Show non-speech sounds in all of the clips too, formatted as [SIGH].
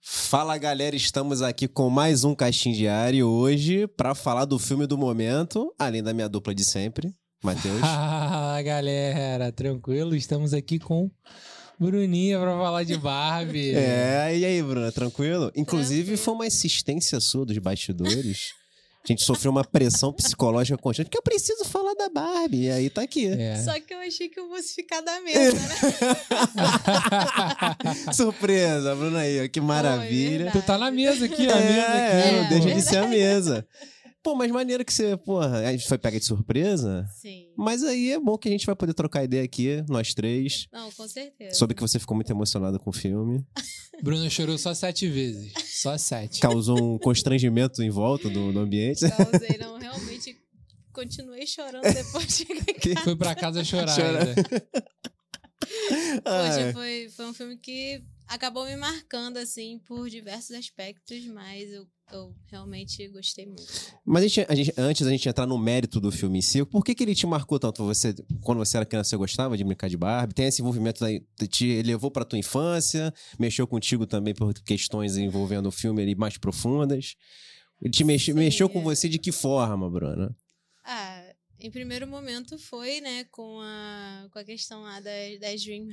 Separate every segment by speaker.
Speaker 1: Fala galera, estamos aqui com mais um Caixinho Diário hoje para falar do filme do momento, além da minha dupla de sempre,
Speaker 2: [LAUGHS]
Speaker 1: Matheus.
Speaker 2: Ah, galera, tranquilo? Estamos aqui com Bruninha pra falar de Barbie.
Speaker 1: [LAUGHS] É, e aí, Bruna, tranquilo? Inclusive, foi uma insistência sua dos bastidores. A gente sofreu uma pressão psicológica constante, que eu preciso falar da Barbie, e aí tá aqui.
Speaker 2: [LAUGHS] É.
Speaker 3: Só que eu achei que eu fosse ficar da mesa, né?
Speaker 1: Surpresa, Bruna aí, ó, que maravilha.
Speaker 3: verdade.
Speaker 2: Tu tá na mesa aqui, ó.
Speaker 1: É,
Speaker 2: mesa aqui,
Speaker 1: é, não
Speaker 2: ó.
Speaker 1: deixa de ser a mesa. Pô, mas maneiro que você, porra, a gente foi pega de surpresa.
Speaker 3: Sim.
Speaker 1: Mas aí é bom que a gente vai poder trocar ideia aqui, nós três.
Speaker 3: Não, com certeza.
Speaker 1: Soube que você ficou muito emocionada com o filme.
Speaker 2: Bruno chorou só sete vezes. Só sete.
Speaker 1: Causou um constrangimento em volta do, do ambiente.
Speaker 3: Causei, não, realmente continuei chorando depois de chegar em casa.
Speaker 2: Foi pra casa chorar
Speaker 1: Chora.
Speaker 2: ainda.
Speaker 3: Poxa,
Speaker 1: Ah,
Speaker 3: [LAUGHS] foi, foi um filme que acabou me marcando, assim, por diversos aspectos, mas eu, eu realmente gostei muito.
Speaker 1: Mas a gente, a gente- antes da gente entrar no mérito do filme em si, por que, que ele te marcou tanto? Você, quando você era criança, você gostava de brincar de Barbie? Tem esse envolvimento daí, te levou pra tua infância, mexeu contigo também por questões envolvendo o filme ali mais profundas. Ele te mexe,
Speaker 3: Sim,
Speaker 1: mexeu com
Speaker 3: é.
Speaker 1: você de que forma, Bruna?
Speaker 3: Ah, em primeiro momento foi, né, com a, com a questão lá das, das Dream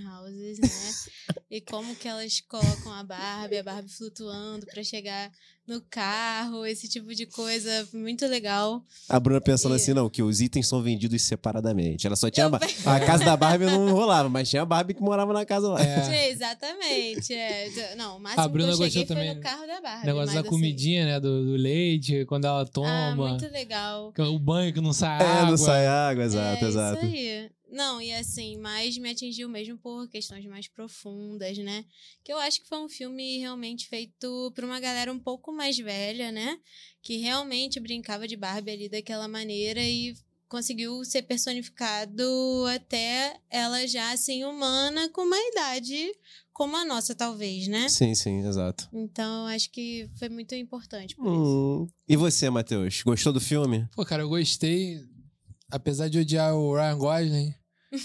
Speaker 2: [LAUGHS]
Speaker 3: Houses, né? e como que elas colocam a Barbie, a Barbie flutuando pra chegar no carro, esse tipo de coisa, muito legal.
Speaker 1: A Bruna pensando
Speaker 3: E-
Speaker 1: assim, não, que os itens são vendidos separadamente. Ela só tinha.
Speaker 3: Eu
Speaker 1: a Ba-
Speaker 3: [LAUGHS]
Speaker 1: A casa da Barbie não rolava, mas tinha a Barbie que morava na casa lá.
Speaker 2: É.
Speaker 3: É, [LAUGHS] Exatamente. é. D- Não, o máximo
Speaker 2: A Bruna
Speaker 3: que eu cheguei
Speaker 2: gostou
Speaker 3: foi
Speaker 2: também
Speaker 3: no carro da Barbie.
Speaker 2: Negócio
Speaker 3: mas,
Speaker 2: da
Speaker 3: assim,
Speaker 2: comidinha, né? Do, do leite, quando ela
Speaker 3: Ah,
Speaker 2: toma.
Speaker 3: muito legal.
Speaker 2: O banho que não sai
Speaker 1: É,
Speaker 2: água.
Speaker 1: não sai água, exato,
Speaker 3: é,
Speaker 1: exato.
Speaker 2: né?
Speaker 3: Isso aí. Não, e assim, mas me atingiu mesmo por questões mais profundas, né? Que eu acho que foi um filme realmente feito pra uma galera um pouco mais velha, né? Que realmente brincava de Barbie ali daquela maneira e conseguiu ser personificado até ela já assim humana com uma idade como a nossa talvez, né?
Speaker 1: Sim, sim, exato.
Speaker 3: Então, acho que foi muito importante por isso.
Speaker 1: Hum. E você, Matheus? Gostou do filme?
Speaker 2: Pô, cara, eu gostei. Apesar de odiar o Ryan Gosling.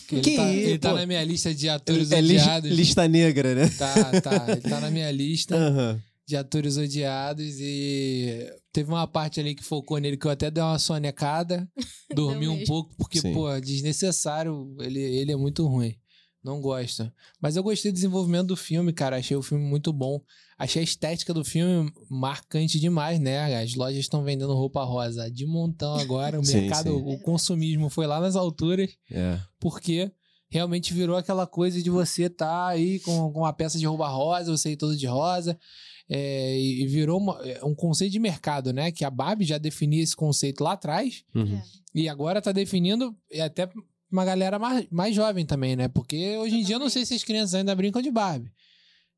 Speaker 2: Que ele
Speaker 1: Que
Speaker 2: tá, ele
Speaker 1: isso,
Speaker 2: tá
Speaker 1: pô.
Speaker 2: na minha lista de atores
Speaker 1: é lis-
Speaker 2: odiados.
Speaker 1: lista negra,
Speaker 2: [LAUGHS]
Speaker 1: né?
Speaker 2: Tá, tá. Ele tá na minha lista.
Speaker 1: Aham.
Speaker 2: de atores odiados e teve uma parte ali que focou nele que eu até dei uma
Speaker 3: [LAUGHS]
Speaker 2: sonecada, dormi
Speaker 3: Deu
Speaker 2: um
Speaker 3: mesmo.
Speaker 2: pouco, porque,
Speaker 1: Sim.
Speaker 2: pô, é desnecessário, ele, ele é muito ruim. Não gosto. Mas eu gostei do desenvolvimento do filme, cara. Achei o filme muito bom. Achei a estética do filme marcante demais, né? As lojas estão vendendo roupa rosa de montão agora.
Speaker 1: [LAUGHS]
Speaker 2: O
Speaker 1: Sim,
Speaker 2: mercado,
Speaker 1: sim.
Speaker 2: o consumismo foi lá nas alturas
Speaker 1: É.
Speaker 2: porque realmente virou aquela coisa de você tá aí com, com uma peça de roupa rosa, você ir todo de rosa. é, e e virou uma- é, um conceito de mercado, né? Que a Barbie já definia esse conceito lá atrás
Speaker 1: Uhum.
Speaker 3: É.
Speaker 2: e agora tá definindo e até uma galera mais, mais jovem também, né? Porque hoje em dia eu não sei se as crianças ainda brincam de Barbie.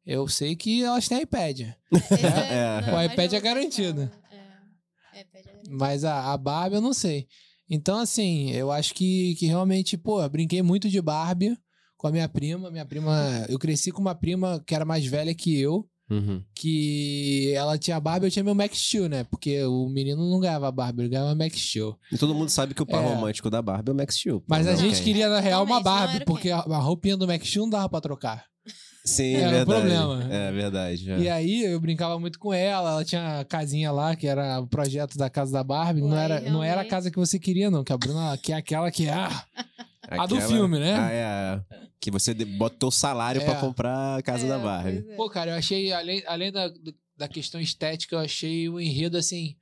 Speaker 2: Eu sei que elas têm iPad.
Speaker 1: [LAUGHS]
Speaker 3: Esse
Speaker 1: É.
Speaker 3: não,
Speaker 2: O
Speaker 3: mais
Speaker 2: iPad é
Speaker 3: novo que eu
Speaker 2: garantido.
Speaker 3: falo. É, iPad é garantido.
Speaker 2: Mas a, a Barbie eu não sei. Então, assim, eu acho que, que realmente, pô, eu brinquei muito de Barbie com a minha prima. Minha prima. Eu cresci com uma prima que era mais velha que eu.
Speaker 1: Uhum.
Speaker 2: Que ela tinha Barbie, eu tinha meu Max Steel, né? Porque o menino não ganhava Barbie, ele ganhava Max Steel.
Speaker 1: E todo mundo sabe que o par
Speaker 2: É.
Speaker 1: romântico da Barbie é o Max Steel.
Speaker 2: Mas a
Speaker 1: Não,
Speaker 2: gente
Speaker 1: quem?
Speaker 2: queria, na real, uma
Speaker 3: Realmente, não
Speaker 2: Barbie,
Speaker 3: era o
Speaker 2: porque a, a roupinha do Max Steel não dava pra trocar.
Speaker 1: Sim,
Speaker 2: Era um
Speaker 1: verdade.
Speaker 2: problema.
Speaker 1: É verdade. é.
Speaker 2: E aí eu brincava muito com ela, ela tinha a casinha lá, que era o projeto da casa da Barbie.
Speaker 3: Pô,
Speaker 2: não,
Speaker 3: aí
Speaker 2: era, não era a
Speaker 3: realmente.
Speaker 2: casa que você queria, não, que a Bruna quer aquela que. Ah, A do
Speaker 1: Aquela-
Speaker 2: filme, né?
Speaker 1: Ah, é, é. Que você de- botou salário
Speaker 2: É.
Speaker 1: pra comprar a casa
Speaker 3: É,
Speaker 1: da Barbie.
Speaker 3: pois é.
Speaker 2: Pô, cara, eu achei, além, além da, do- da questão estética, eu achei o enredo assim.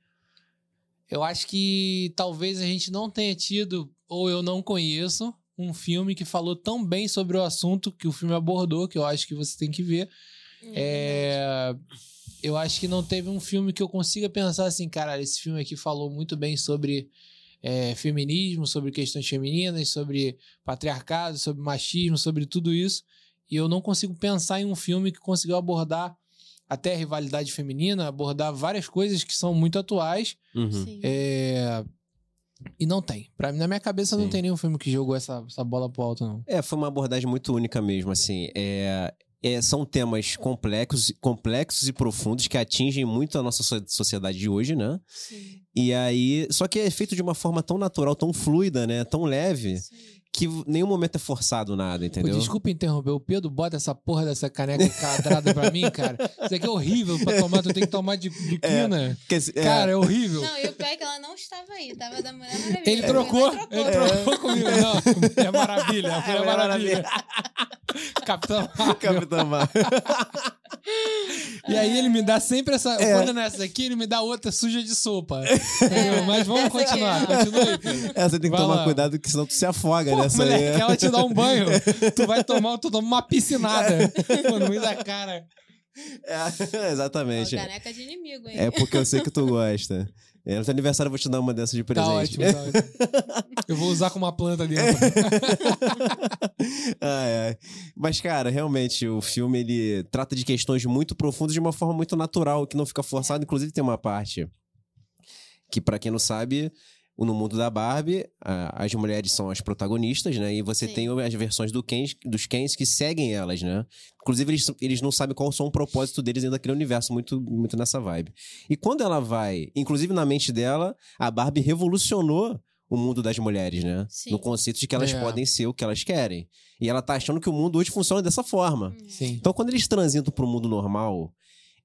Speaker 2: Eu acho que talvez a gente não tenha tido, ou eu não conheço, um filme que falou tão bem sobre o assunto que o filme abordou, que eu acho que você tem que ver. É, eu acho que não teve um filme que eu consiga pensar assim, cara, esse filme aqui falou muito bem sobre é, feminismo, sobre questões femininas, sobre patriarcado, sobre machismo, sobre tudo isso. E eu não consigo pensar em um filme que conseguiu abordar até a rivalidade feminina, abordar várias coisas que são muito atuais.
Speaker 1: Uhum.
Speaker 3: Sim.
Speaker 2: é, E não tem. Pra mim, na minha cabeça, não
Speaker 1: Sim.
Speaker 2: tem nenhum filme que jogou essa, essa bola pro alto, não.
Speaker 1: É, foi uma abordagem muito única mesmo, assim. É, É, são temas complexos, complexos e profundos que atingem muito a nossa so- sociedade de hoje, né?
Speaker 3: Sim,
Speaker 1: E aí, só que é feito de uma forma tão natural, tão fluida, né? Tão leve,
Speaker 3: sim.
Speaker 1: que v- nenhum momento é forçado nada,
Speaker 2: Pô,
Speaker 1: entendeu?
Speaker 2: desculpa interromper, o Pedro bota essa porra dessa caneca [LAUGHS] quadrada pra mim, cara. Isso aqui é horrível pra tomar, tu tem que tomar de, de
Speaker 1: É,
Speaker 2: quina.
Speaker 1: Quer dizer, é, [LAUGHS]
Speaker 2: Cara, é horrível.
Speaker 3: Não, e o pior é que ela não estava aí, tava da Mulher Maravilha.
Speaker 2: Ele
Speaker 3: Ela
Speaker 2: trocou,
Speaker 3: trocou. né?
Speaker 2: ele trocou comigo. Não, é maravilha,
Speaker 1: É
Speaker 2: é
Speaker 1: Mulher
Speaker 2: maravilha. [LAUGHS] Capitão Marvel.
Speaker 1: Capitão Marvel.
Speaker 2: E aí ele me dá sempre essa.
Speaker 1: É.
Speaker 2: Quando nessa aqui, ele me dá outra suja de sopa. Entendeu? Mas vamos
Speaker 3: Essa aqui,
Speaker 2: continuar,
Speaker 3: ó.
Speaker 2: continue, Pedro.
Speaker 1: Essa É, tem que
Speaker 2: Vai
Speaker 1: tomar
Speaker 2: lá.
Speaker 1: cuidado, que senão tu se afoga
Speaker 2: Pô,
Speaker 1: É, nessa
Speaker 2: moleque,
Speaker 1: aí.
Speaker 2: ela te dá um banho. Tu vai tomar, tu toma uma piscinada. Pô, no meio da cara. um
Speaker 1: [LAUGHS] É,
Speaker 3: Ó,
Speaker 1: exatamente.
Speaker 3: caneca de inimigo, hein?
Speaker 1: É porque eu sei que tu gosta. É, no teu aniversário eu vou te dar uma dessa de
Speaker 2: Tá
Speaker 1: presente. É.
Speaker 2: ótimo, tá ótimo. Eu vou usar com uma planta dentro.
Speaker 1: Ai, ai. Mas, cara, realmente, o filme ele trata de questões muito profundas de uma forma muito natural, que não fica
Speaker 3: É.
Speaker 1: forçado. Inclusive, tem uma parte que, pra quem não sabe, no mundo da Barbie, a- as mulheres são as protagonistas, né? E você
Speaker 3: Sim.
Speaker 1: tem as versões do Kens, dos Kens que seguem elas, né? Inclusive, eles, eles não sabem qual são o propósito deles dentro daquele universo, muito, muito nessa vibe. E quando ela vai, inclusive na mente dela, a Barbie revolucionou o mundo das mulheres, né?
Speaker 3: Sim.
Speaker 1: No conceito de que elas
Speaker 2: É.
Speaker 1: podem ser o que elas querem. E ela tá achando que o mundo hoje funciona dessa forma.
Speaker 3: Hum.
Speaker 2: Sim.
Speaker 1: Então, quando eles transitam pro mundo normal,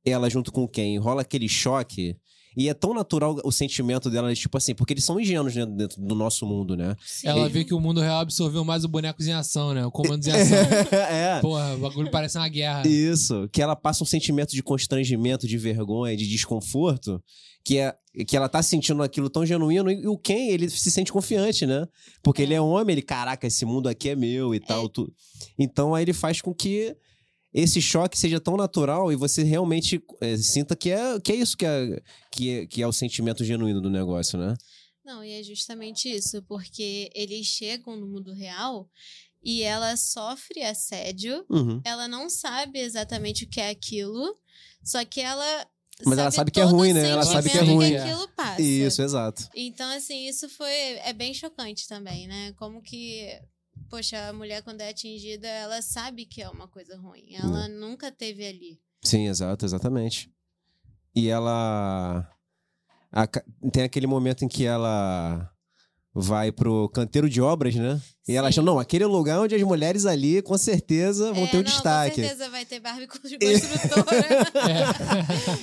Speaker 1: ela junto com quem rola aquele choque. E é tão natural o sentimento dela, tipo assim, porque eles são ingênuos né, dentro do nosso mundo, né? [LAUGHS]
Speaker 3: Sim.
Speaker 2: Ela vê que o mundo real absorveu mais o bonecos em ação, né? O comandos em ação.
Speaker 1: é.
Speaker 2: Porra, o bagulho parece uma guerra.
Speaker 1: Isso, que ela passa um sentimento de constrangimento, de vergonha, de desconforto, que é que ela tá sentindo aquilo tão genuíno e, e o Ken, ele se sente confiante, né? Porque
Speaker 3: É.
Speaker 1: ele é homem, ele, caraca, esse mundo aqui é meu e tal, tu. Então aí ele faz com que esse choque seja tão natural e você realmente eh, sinta que é, que é isso que é, que é que é o sentimento genuíno do negócio, né?
Speaker 3: Não, e é justamente isso, porque eles chegam no mundo real e ela sofre assédio,
Speaker 1: Uhum.
Speaker 3: ela não sabe exatamente o que é aquilo, só que ela.
Speaker 1: Mas ela sabe que é
Speaker 3: todo o
Speaker 1: ruim, né? Ela
Speaker 2: sabe que é
Speaker 3: sentimento
Speaker 2: ruim.
Speaker 3: aquilo passa.
Speaker 1: Isso, exato.
Speaker 3: Então, assim, isso foi. É bem chocante também, né? Como que. Poxa, a mulher, quando é atingida, ela sabe que é uma coisa ruim.
Speaker 1: Né.
Speaker 3: Ela nunca teve ali.
Speaker 1: Sim, exato, exatamente. E ela. a ca- tem aquele momento em que ela vai pro canteiro de obras, né? E ela
Speaker 3: Sim.
Speaker 1: acha, não, aquele é o lugar onde as mulheres ali com certeza vão
Speaker 3: É,
Speaker 1: ter o
Speaker 3: não, Com
Speaker 1: destaque.
Speaker 3: certeza vai ter Barbie [LAUGHS] construtora.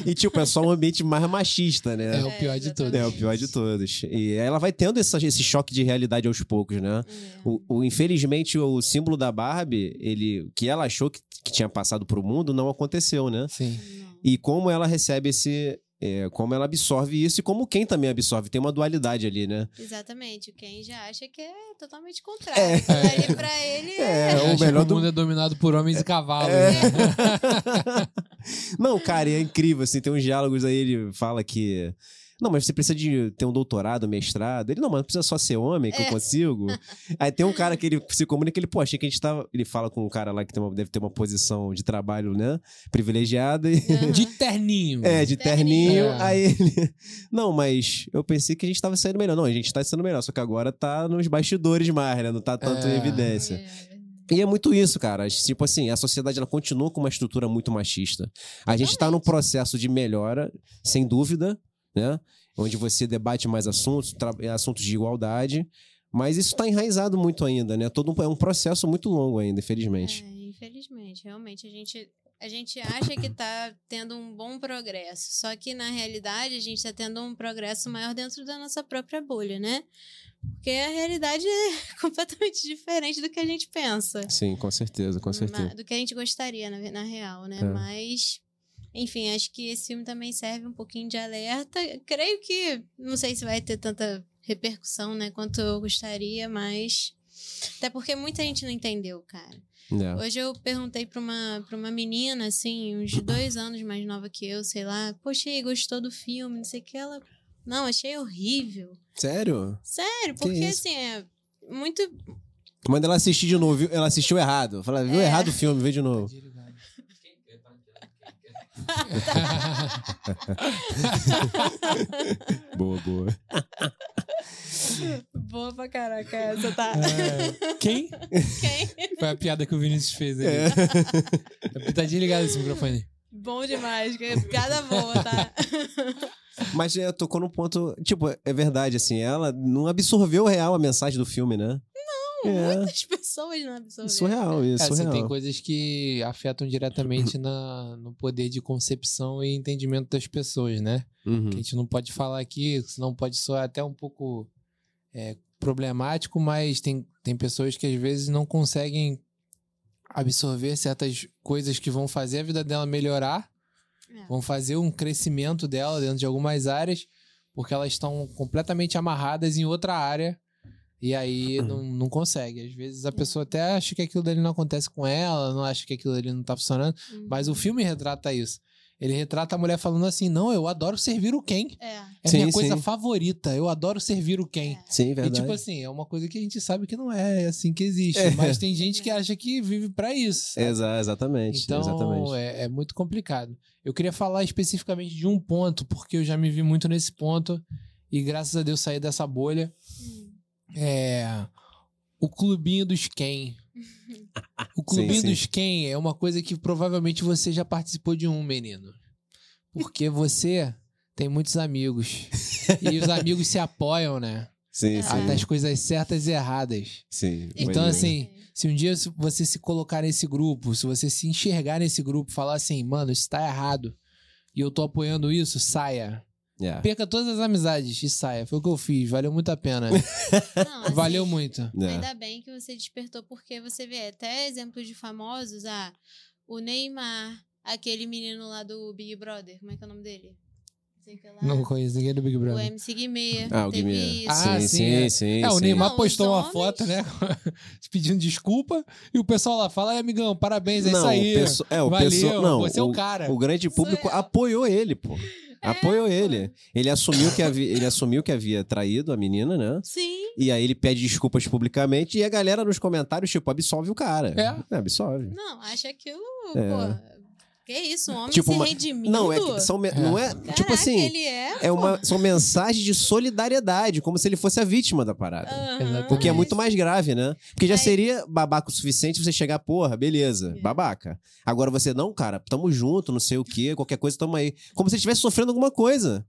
Speaker 2: É,
Speaker 1: E tipo, é só um ambiente mais machista,
Speaker 2: é,
Speaker 1: né?
Speaker 2: o pior de todos.
Speaker 1: É, o pior de todos. E ela vai tendo essa- esse choque de realidade aos poucos, né?
Speaker 3: É.
Speaker 1: O, o- infelizmente, o símbolo da Barbie, ele, que ela achou que, que tinha passado pro mundo, não aconteceu, né?
Speaker 2: Sim.
Speaker 3: Não.
Speaker 1: e como ela recebe esse. é, como ela absorve isso e como quem também absorve. Tem uma dualidade ali, né?
Speaker 3: Exatamente, quem já acha que é totalmente contrário. Aquilo ali pra ele é.
Speaker 1: É,
Speaker 2: É,
Speaker 1: o
Speaker 2: o
Speaker 1: melhor
Speaker 2: que
Speaker 1: do- É.
Speaker 2: o mundo é dominado por homens e cavalos. né?
Speaker 1: Não, cara, e é incrível, assim, tem uns diálogos aí, ele fala que. Não, mas você precisa de ter um doutorado, mestrado. Ele, não, mas não precisa só ser homem, que eu
Speaker 3: É. [LAUGHS]
Speaker 1: consigo. Aí tem um cara que ele se comunica, ele, pô, achei que a gente tava. Ele fala com um cara lá que tem uma- deve ter uma posição de trabalho, né? Privilegiada. E...
Speaker 3: Aham.
Speaker 2: De terninho.
Speaker 1: É, de terninho.
Speaker 3: Terninho.
Speaker 2: É.
Speaker 1: Aí ele. [LAUGHS] Não, mas eu pensei que a gente tava saindo melhor. Não, a gente tá sendo melhor, só que agora tá nos bastidores mais, né? Não tá tanto em
Speaker 2: É.
Speaker 1: evidência. E é muito isso, cara. Tipo assim, a sociedade ela continua com uma estrutura muito machista. A gente tá num processo de melhora, sem dúvida, né? Onde você debate mais assuntos, tra- assuntos de igualdade. Mas isso tá enraizado muito ainda, né? Todo um, é um processo muito longo ainda, infelizmente.
Speaker 3: É, infelizmente, realmente a gente a gente acha que tá tendo um bom progresso, só que na realidade a gente tá tendo um progresso maior dentro da nossa própria bolha, né? Porque a realidade é [LAUGHS] completamente diferente do que a gente pensa.
Speaker 1: Sim, com certeza, com certeza.
Speaker 3: Ma- Do que a gente gostaria, na, na real, né?
Speaker 1: É.
Speaker 3: Mas, enfim, acho que esse filme também serve um pouquinho de alerta. Creio que, não sei se vai ter tanta repercussão, né? Quanto eu gostaria, mas. Até porque muita gente não entendeu, cara.
Speaker 1: É.
Speaker 3: Hoje eu perguntei pra uma, pra uma menina, assim, uns dois anos mais nova que eu, sei lá. Poxa, e aí, gostou do filme? Não sei o que. Ela. Não, achei horrível.
Speaker 1: Sério?
Speaker 3: Sério,
Speaker 1: Que
Speaker 3: porque,
Speaker 1: isso?
Speaker 3: assim, é muito.
Speaker 1: Manda ela assistir de novo, viu? Ela assistiu errado. Fala, viu
Speaker 3: É.
Speaker 1: errado o filme, vê de novo. Boa, boa.
Speaker 3: Boa pra caraca essa, tá? [LAUGHS]
Speaker 2: É. Quem? [LAUGHS]
Speaker 3: Quem?
Speaker 2: Foi a piada que o Vinícius fez aí.
Speaker 1: É.
Speaker 2: Pitadinha ligada esse microfone.
Speaker 3: Bom demais, que é piada boa, tá?
Speaker 1: Mas é, tocou num ponto. Tipo, é verdade, assim, ela não absorveu real a mensagem do filme, né? Não, [LAUGHS] é,
Speaker 3: Muitas pessoas não absorveram.
Speaker 1: surreal isso,
Speaker 2: É, assim,
Speaker 1: surreal.
Speaker 2: tem coisas que afetam diretamente na, no poder de concepção e entendimento das pessoas, né?
Speaker 1: Uhum.
Speaker 2: Que a gente não pode falar aqui, senão pode soar até um pouco é, problemático, mas tem, tem pessoas que às vezes não conseguem absorver certas coisas que vão fazer a vida dela melhorar,
Speaker 3: É.
Speaker 2: vão fazer um crescimento dela dentro de algumas áreas, porque elas estão completamente amarradas em outra área. E aí não, não consegue. Às vezes a pessoa até acha que aquilo dali não acontece com ela, não acha que aquilo dali não tá funcionando.
Speaker 3: Hum.
Speaker 2: Mas o filme retrata isso. Ele retrata a mulher falando assim: não, eu adoro servir o quem.
Speaker 3: É.
Speaker 2: É
Speaker 1: Sim,
Speaker 2: minha coisa
Speaker 1: sim.
Speaker 2: favorita. Eu adoro servir o quem.
Speaker 1: Sim,
Speaker 2: E
Speaker 1: verdade.
Speaker 2: tipo assim, é uma coisa que a gente sabe que não é assim que existe.
Speaker 1: É.
Speaker 2: Mas tem gente que acha que vive pra isso. sabe?
Speaker 1: Exa- exatamente.
Speaker 2: assim, Então
Speaker 1: exatamente.
Speaker 2: é, é muito complicado. Eu queria falar especificamente de um ponto, porque eu já me vi muito nesse ponto. E graças a Deus saí dessa bolha.
Speaker 3: Hum.
Speaker 2: É. O clubinho dos Ken. O
Speaker 1: [LAUGHS]
Speaker 2: clubinho
Speaker 1: sim.
Speaker 2: dos Ken é uma coisa que provavelmente você já participou de um, menino. Porque você tem muitos amigos. e os amigos se apoiam, né?
Speaker 1: Sim,
Speaker 3: É.
Speaker 1: sim.
Speaker 2: Até as coisas certas e erradas.
Speaker 1: sim.
Speaker 2: Então,
Speaker 1: mas-
Speaker 2: assim, Se um dia você se colocar nesse grupo, se você se enxergar nesse grupo, falar assim, mano, isso tá errado. E eu tô apoiando isso, saia.
Speaker 1: Yeah.
Speaker 2: Perca todas as amizades e saia. Foi o que eu fiz, valeu muito a pena.
Speaker 3: Não, assim,
Speaker 2: Valeu muito.
Speaker 1: Yeah.
Speaker 3: Ainda bem que você despertou, porque você vê até exemplos de famosos, ah, o Neymar, aquele menino lá do Big Brother, como é que é o nome dele? Não sei o que lá.
Speaker 2: Não conheço ninguém do Big
Speaker 3: o
Speaker 2: Brother.
Speaker 3: MC Guimê,
Speaker 1: Ah, o
Speaker 3: teve
Speaker 1: Guimê.
Speaker 3: isso.
Speaker 2: Ah,
Speaker 1: sim,
Speaker 2: sim,
Speaker 1: sim,
Speaker 2: é.
Speaker 1: sim.
Speaker 2: É, o
Speaker 1: sim.
Speaker 2: Neymar
Speaker 3: Não, os
Speaker 2: postou uma
Speaker 3: homens-
Speaker 2: foto, né? [LAUGHS] pedindo desculpa. E o pessoal lá fala, "Aí, amigão, parabéns, é
Speaker 1: Não,
Speaker 2: isso aí.
Speaker 1: O perso... É, o
Speaker 2: Valeu,
Speaker 1: perso... Não,
Speaker 2: você é o
Speaker 1: [LAUGHS]
Speaker 2: cara.
Speaker 1: O grande público
Speaker 3: eu.
Speaker 1: apoiou ele, pô.
Speaker 3: É,
Speaker 1: apoiou ele. Ele assumiu, que havia... ele assumiu que havia traído a menina, né?
Speaker 3: Sim.
Speaker 1: E aí ele pede desculpas publicamente e a galera nos comentários, tipo, absolve o cara.
Speaker 2: É.
Speaker 1: absolve.
Speaker 3: Não, acha aquilo,
Speaker 1: É.
Speaker 3: pô. Que isso, um homem
Speaker 1: Tipo
Speaker 3: se
Speaker 1: uma-
Speaker 3: redimindo.
Speaker 1: Não, é que são... me-
Speaker 2: É.
Speaker 1: Não é...
Speaker 3: Caraca,
Speaker 1: Tipo assim...
Speaker 3: ele é.
Speaker 1: É uma, são mensagens de solidariedade, como se ele fosse a vítima da parada.
Speaker 3: Aham.
Speaker 1: Porque é muito mais grave, né? Porque
Speaker 2: É.
Speaker 1: já
Speaker 3: Aí-
Speaker 1: seria babaca o suficiente você chegar, porra, beleza,
Speaker 3: É.
Speaker 1: babaca. Agora você, não, cara, tamo junto, não sei o quê, qualquer coisa, tamo aí. Como se ele estivesse sofrendo alguma coisa.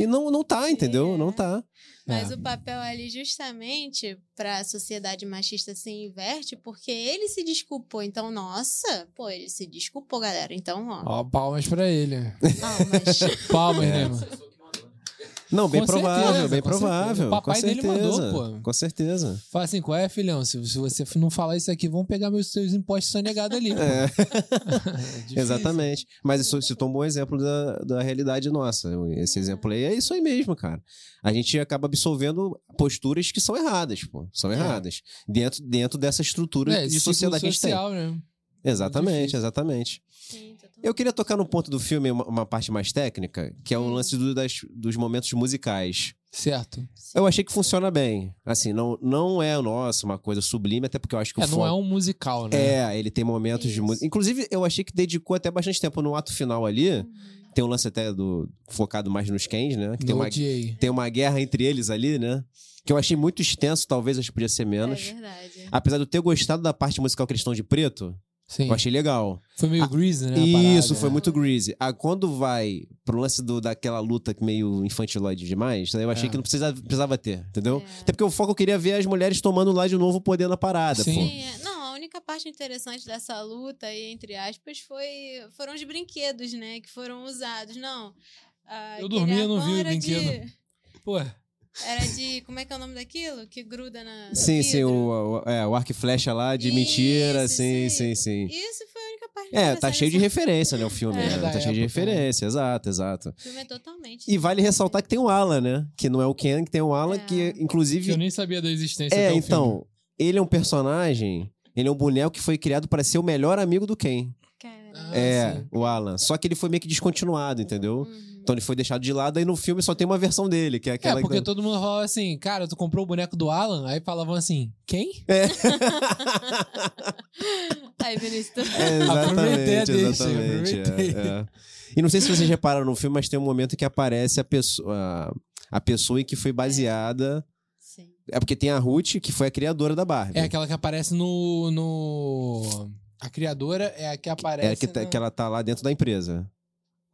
Speaker 1: E não, não tá, entendeu?
Speaker 3: É.
Speaker 1: Não tá.
Speaker 3: Mas
Speaker 2: É.
Speaker 3: o papel ali, justamente para a sociedade machista se inverte, porque ele se desculpou. Então, nossa, pô, ele se desculpou, galera. Então, ó.
Speaker 2: Ó, palmas
Speaker 1: [LAUGHS]
Speaker 2: pra ele.
Speaker 3: Palmas.
Speaker 2: Palmas,
Speaker 1: É.
Speaker 2: né, mano?
Speaker 1: Não, bem
Speaker 2: Com
Speaker 1: provável,
Speaker 2: certeza,
Speaker 1: bem
Speaker 2: com
Speaker 1: provável.
Speaker 2: certeza. O papai
Speaker 1: com
Speaker 2: dele
Speaker 1: certeza.
Speaker 2: mandou, pô.
Speaker 1: Com certeza.
Speaker 2: Fala assim, qual é, filhão? Se, se você não falar isso aqui, vão pegar meus seus impostos sonegados ali. pô."
Speaker 1: É,
Speaker 2: [LAUGHS] É
Speaker 1: [LAUGHS]
Speaker 2: difícil.
Speaker 1: exatamente. Mas isso citou um bom exemplo da, da realidade nossa. Esse exemplo aí é isso aí mesmo, cara. A gente acaba absolvendo posturas que são erradas, pô. São
Speaker 2: É.
Speaker 1: erradas. Dentro, dentro dessa estrutura
Speaker 2: É,
Speaker 1: de
Speaker 2: ciclo
Speaker 1: sociedade que a gente tem.
Speaker 2: social, né?
Speaker 1: Exatamente,
Speaker 2: difícil.
Speaker 1: exatamente.
Speaker 3: Sim, totalmente.
Speaker 1: Eu queria tocar no ponto do filme, uma, uma parte mais técnica, que é o
Speaker 3: Hum.
Speaker 1: lance do- das- dos momentos musicais.
Speaker 2: Certo.
Speaker 3: Sim.
Speaker 1: Eu achei que funciona bem. Assim, não, não é, nossa, uma coisa sublime, até porque eu acho que
Speaker 2: É,
Speaker 1: o
Speaker 2: não é
Speaker 1: foco...
Speaker 2: um musical, né?
Speaker 1: É, ele tem momentos de
Speaker 3: Isso.
Speaker 1: música. Inclusive, eu achei que dedicou até bastante tempo no ato final ali.
Speaker 3: Uhum.
Speaker 1: Tem um lance até do focado mais nos Kens, né? Que tem
Speaker 2: Não
Speaker 1: uma,
Speaker 2: odiei.
Speaker 1: tem uma guerra entre eles ali, né? Que eu achei muito extenso, talvez acho que podia ser menos.
Speaker 3: É verdade.
Speaker 1: Apesar de eu ter gostado da parte musical que eles estão de preto,
Speaker 2: Sim.
Speaker 1: eu achei legal.
Speaker 2: Foi meio greasy, né? a
Speaker 1: Isso,
Speaker 2: parada.
Speaker 1: foi muito greasy. Ah, quando vai pro lance do, daquela luta que meio infantiloide demais, né, eu achei
Speaker 2: É.
Speaker 1: que não precisava, precisava ter, entendeu?
Speaker 3: É.
Speaker 1: Até porque o foco eu queria ver as mulheres tomando lá de novo o poder na parada,
Speaker 2: Sim.
Speaker 1: pô.
Speaker 3: Sim, é. Não, a única parte interessante dessa luta, aí, entre aspas, foi foram os brinquedos, né? Que foram usados. Não. ah,
Speaker 2: Eu
Speaker 3: aquele
Speaker 2: dormia, não vi
Speaker 3: anão
Speaker 2: o
Speaker 3: era de-
Speaker 2: brinquedo. Pô,
Speaker 3: Era de. Como é que é o nome daquilo? Que gruda na. no
Speaker 1: Sim, sim,
Speaker 3: vidro?
Speaker 1: o, o- é, o arco e flecha lá de
Speaker 3: Isso,
Speaker 1: mentira, sim, sim,
Speaker 3: sim.
Speaker 1: sim.
Speaker 3: Isso foi a única parte
Speaker 1: É, tá
Speaker 3: interessante
Speaker 1: cheio de
Speaker 3: dessa-
Speaker 1: referência, né, o filme.
Speaker 3: É.
Speaker 1: né?
Speaker 2: Da
Speaker 1: Tá cheio de
Speaker 2: época, né?
Speaker 1: referência, exato, exato.
Speaker 3: O filme é totalmente.
Speaker 1: E vale ressaltar que tem o Alan, né? Que não é o Ken, que tem o Alan,
Speaker 3: É.
Speaker 1: que
Speaker 2: que eu
Speaker 1: inclusive...
Speaker 2: nem sabia da existência
Speaker 1: É,
Speaker 2: até o filme.
Speaker 1: então, ele é um personagem, ele é um boneco que foi criado para ser o melhor amigo do Ken.
Speaker 3: Cara.
Speaker 2: Ah,
Speaker 1: É,
Speaker 2: sim.
Speaker 1: o Alan. Só que ele foi meio que descontinuado, entendeu?
Speaker 3: Uhum.
Speaker 1: Então ele foi deixado de lado, aí no filme só tem uma versão dele, que é aquela
Speaker 2: É, porque
Speaker 1: que.
Speaker 2: todo mundo falava assim, cara, tu comprou o boneco do Alan? Aí falavam assim, quem?
Speaker 3: tá Aí, Vinícius, tu-
Speaker 1: É, [LAUGHS]
Speaker 2: Aproveitei a
Speaker 1: exatamente,
Speaker 2: deixa,
Speaker 1: exatamente.
Speaker 2: aproveitei.
Speaker 1: é, é. E não sei se vocês repararam no filme, mas tem um momento que aparece a pessoa, a, a pessoa em que foi baseada.
Speaker 3: Sim.
Speaker 1: É porque tem a Ruth, que foi a criadora da Barbie.
Speaker 2: É aquela que aparece no. no... A criadora é a que aparece. né?
Speaker 1: É que, tá-
Speaker 2: na-
Speaker 1: que ela tá lá dentro da empresa.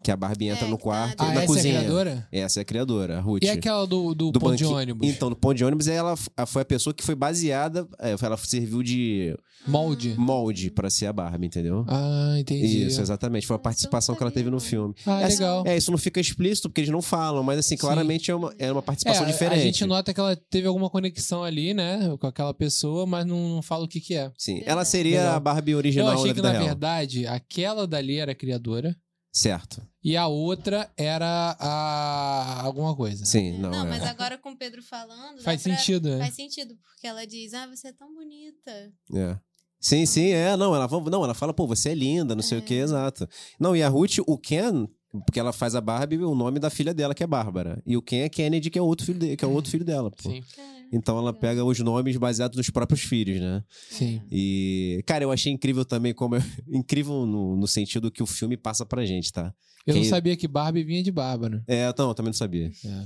Speaker 1: Que a Barbie entra
Speaker 3: É,
Speaker 1: no
Speaker 3: que tá
Speaker 1: quarto,
Speaker 3: dentro
Speaker 2: Ah,
Speaker 1: na
Speaker 2: essa é
Speaker 1: cozinha.
Speaker 2: a criadora?
Speaker 1: Essa é a criadora, a Ruth.
Speaker 2: E aquela do, do,
Speaker 1: Do
Speaker 2: ponto de
Speaker 1: banqui-
Speaker 2: ônibus?
Speaker 1: Então, no ponto de ônibus, ela f- a- foi a pessoa que foi baseada. é, Ela serviu de
Speaker 3: Ah,
Speaker 2: Molde.
Speaker 1: molde pra ser a Barbie, entendeu?
Speaker 2: Ah, entendi.
Speaker 1: Isso, exatamente. Foi a
Speaker 3: Nossa, eu não
Speaker 1: participação que ela teve no
Speaker 3: sabia.
Speaker 1: filme.
Speaker 2: Ah,
Speaker 1: Essa-
Speaker 2: legal.
Speaker 1: É, isso não fica explícito, porque eles não falam, mas assim,
Speaker 2: Sim.
Speaker 1: claramente é uma, é uma
Speaker 2: É,
Speaker 1: participação
Speaker 2: a-
Speaker 1: diferente.
Speaker 2: A gente nota que ela teve alguma conexão ali, né? Com aquela pessoa, mas não, não fala o que que é.
Speaker 1: Sim.
Speaker 3: Verdade.
Speaker 1: Ela seria
Speaker 2: Legal.
Speaker 1: a Barbie
Speaker 2: Eu
Speaker 1: original
Speaker 2: achei
Speaker 1: da
Speaker 2: que,
Speaker 1: vida
Speaker 2: na
Speaker 1: real.
Speaker 2: verdade, aquela dali era a criadora
Speaker 1: Certo.
Speaker 2: e a outra era a... alguma coisa.
Speaker 1: Sim, não.
Speaker 3: Não,
Speaker 1: é.
Speaker 3: mas agora com o Pedro falando. dá
Speaker 2: Faz
Speaker 3: pra-
Speaker 2: sentido, né?
Speaker 3: Faz sentido, porque ela diz: Ah, você é tão bonita.
Speaker 1: É. Sim, sim, é. Não ela, não, ela fala, pô, você é linda, não sei o que, exato. Não, e a Ruth, o Ken, porque ela faz a Barbie, o nome da filha dela, que é Bárbara. E o Ken é Kennedy, que é outro filho, de- que é
Speaker 3: Hum.
Speaker 1: outro filho dela, pô.
Speaker 2: Sim,
Speaker 3: Cara,
Speaker 1: Então ela pega os nomes baseados nos próprios filhos, né?
Speaker 3: é.
Speaker 2: sim.
Speaker 1: E, cara, eu achei incrível também como. é- [LAUGHS] incrível no, no sentido que o filme passa pra gente, tá?
Speaker 2: Eu
Speaker 1: Quem-
Speaker 2: não sabia que Barbie vinha de né? Bárbara.
Speaker 1: É, não, eu também não sabia.
Speaker 2: É.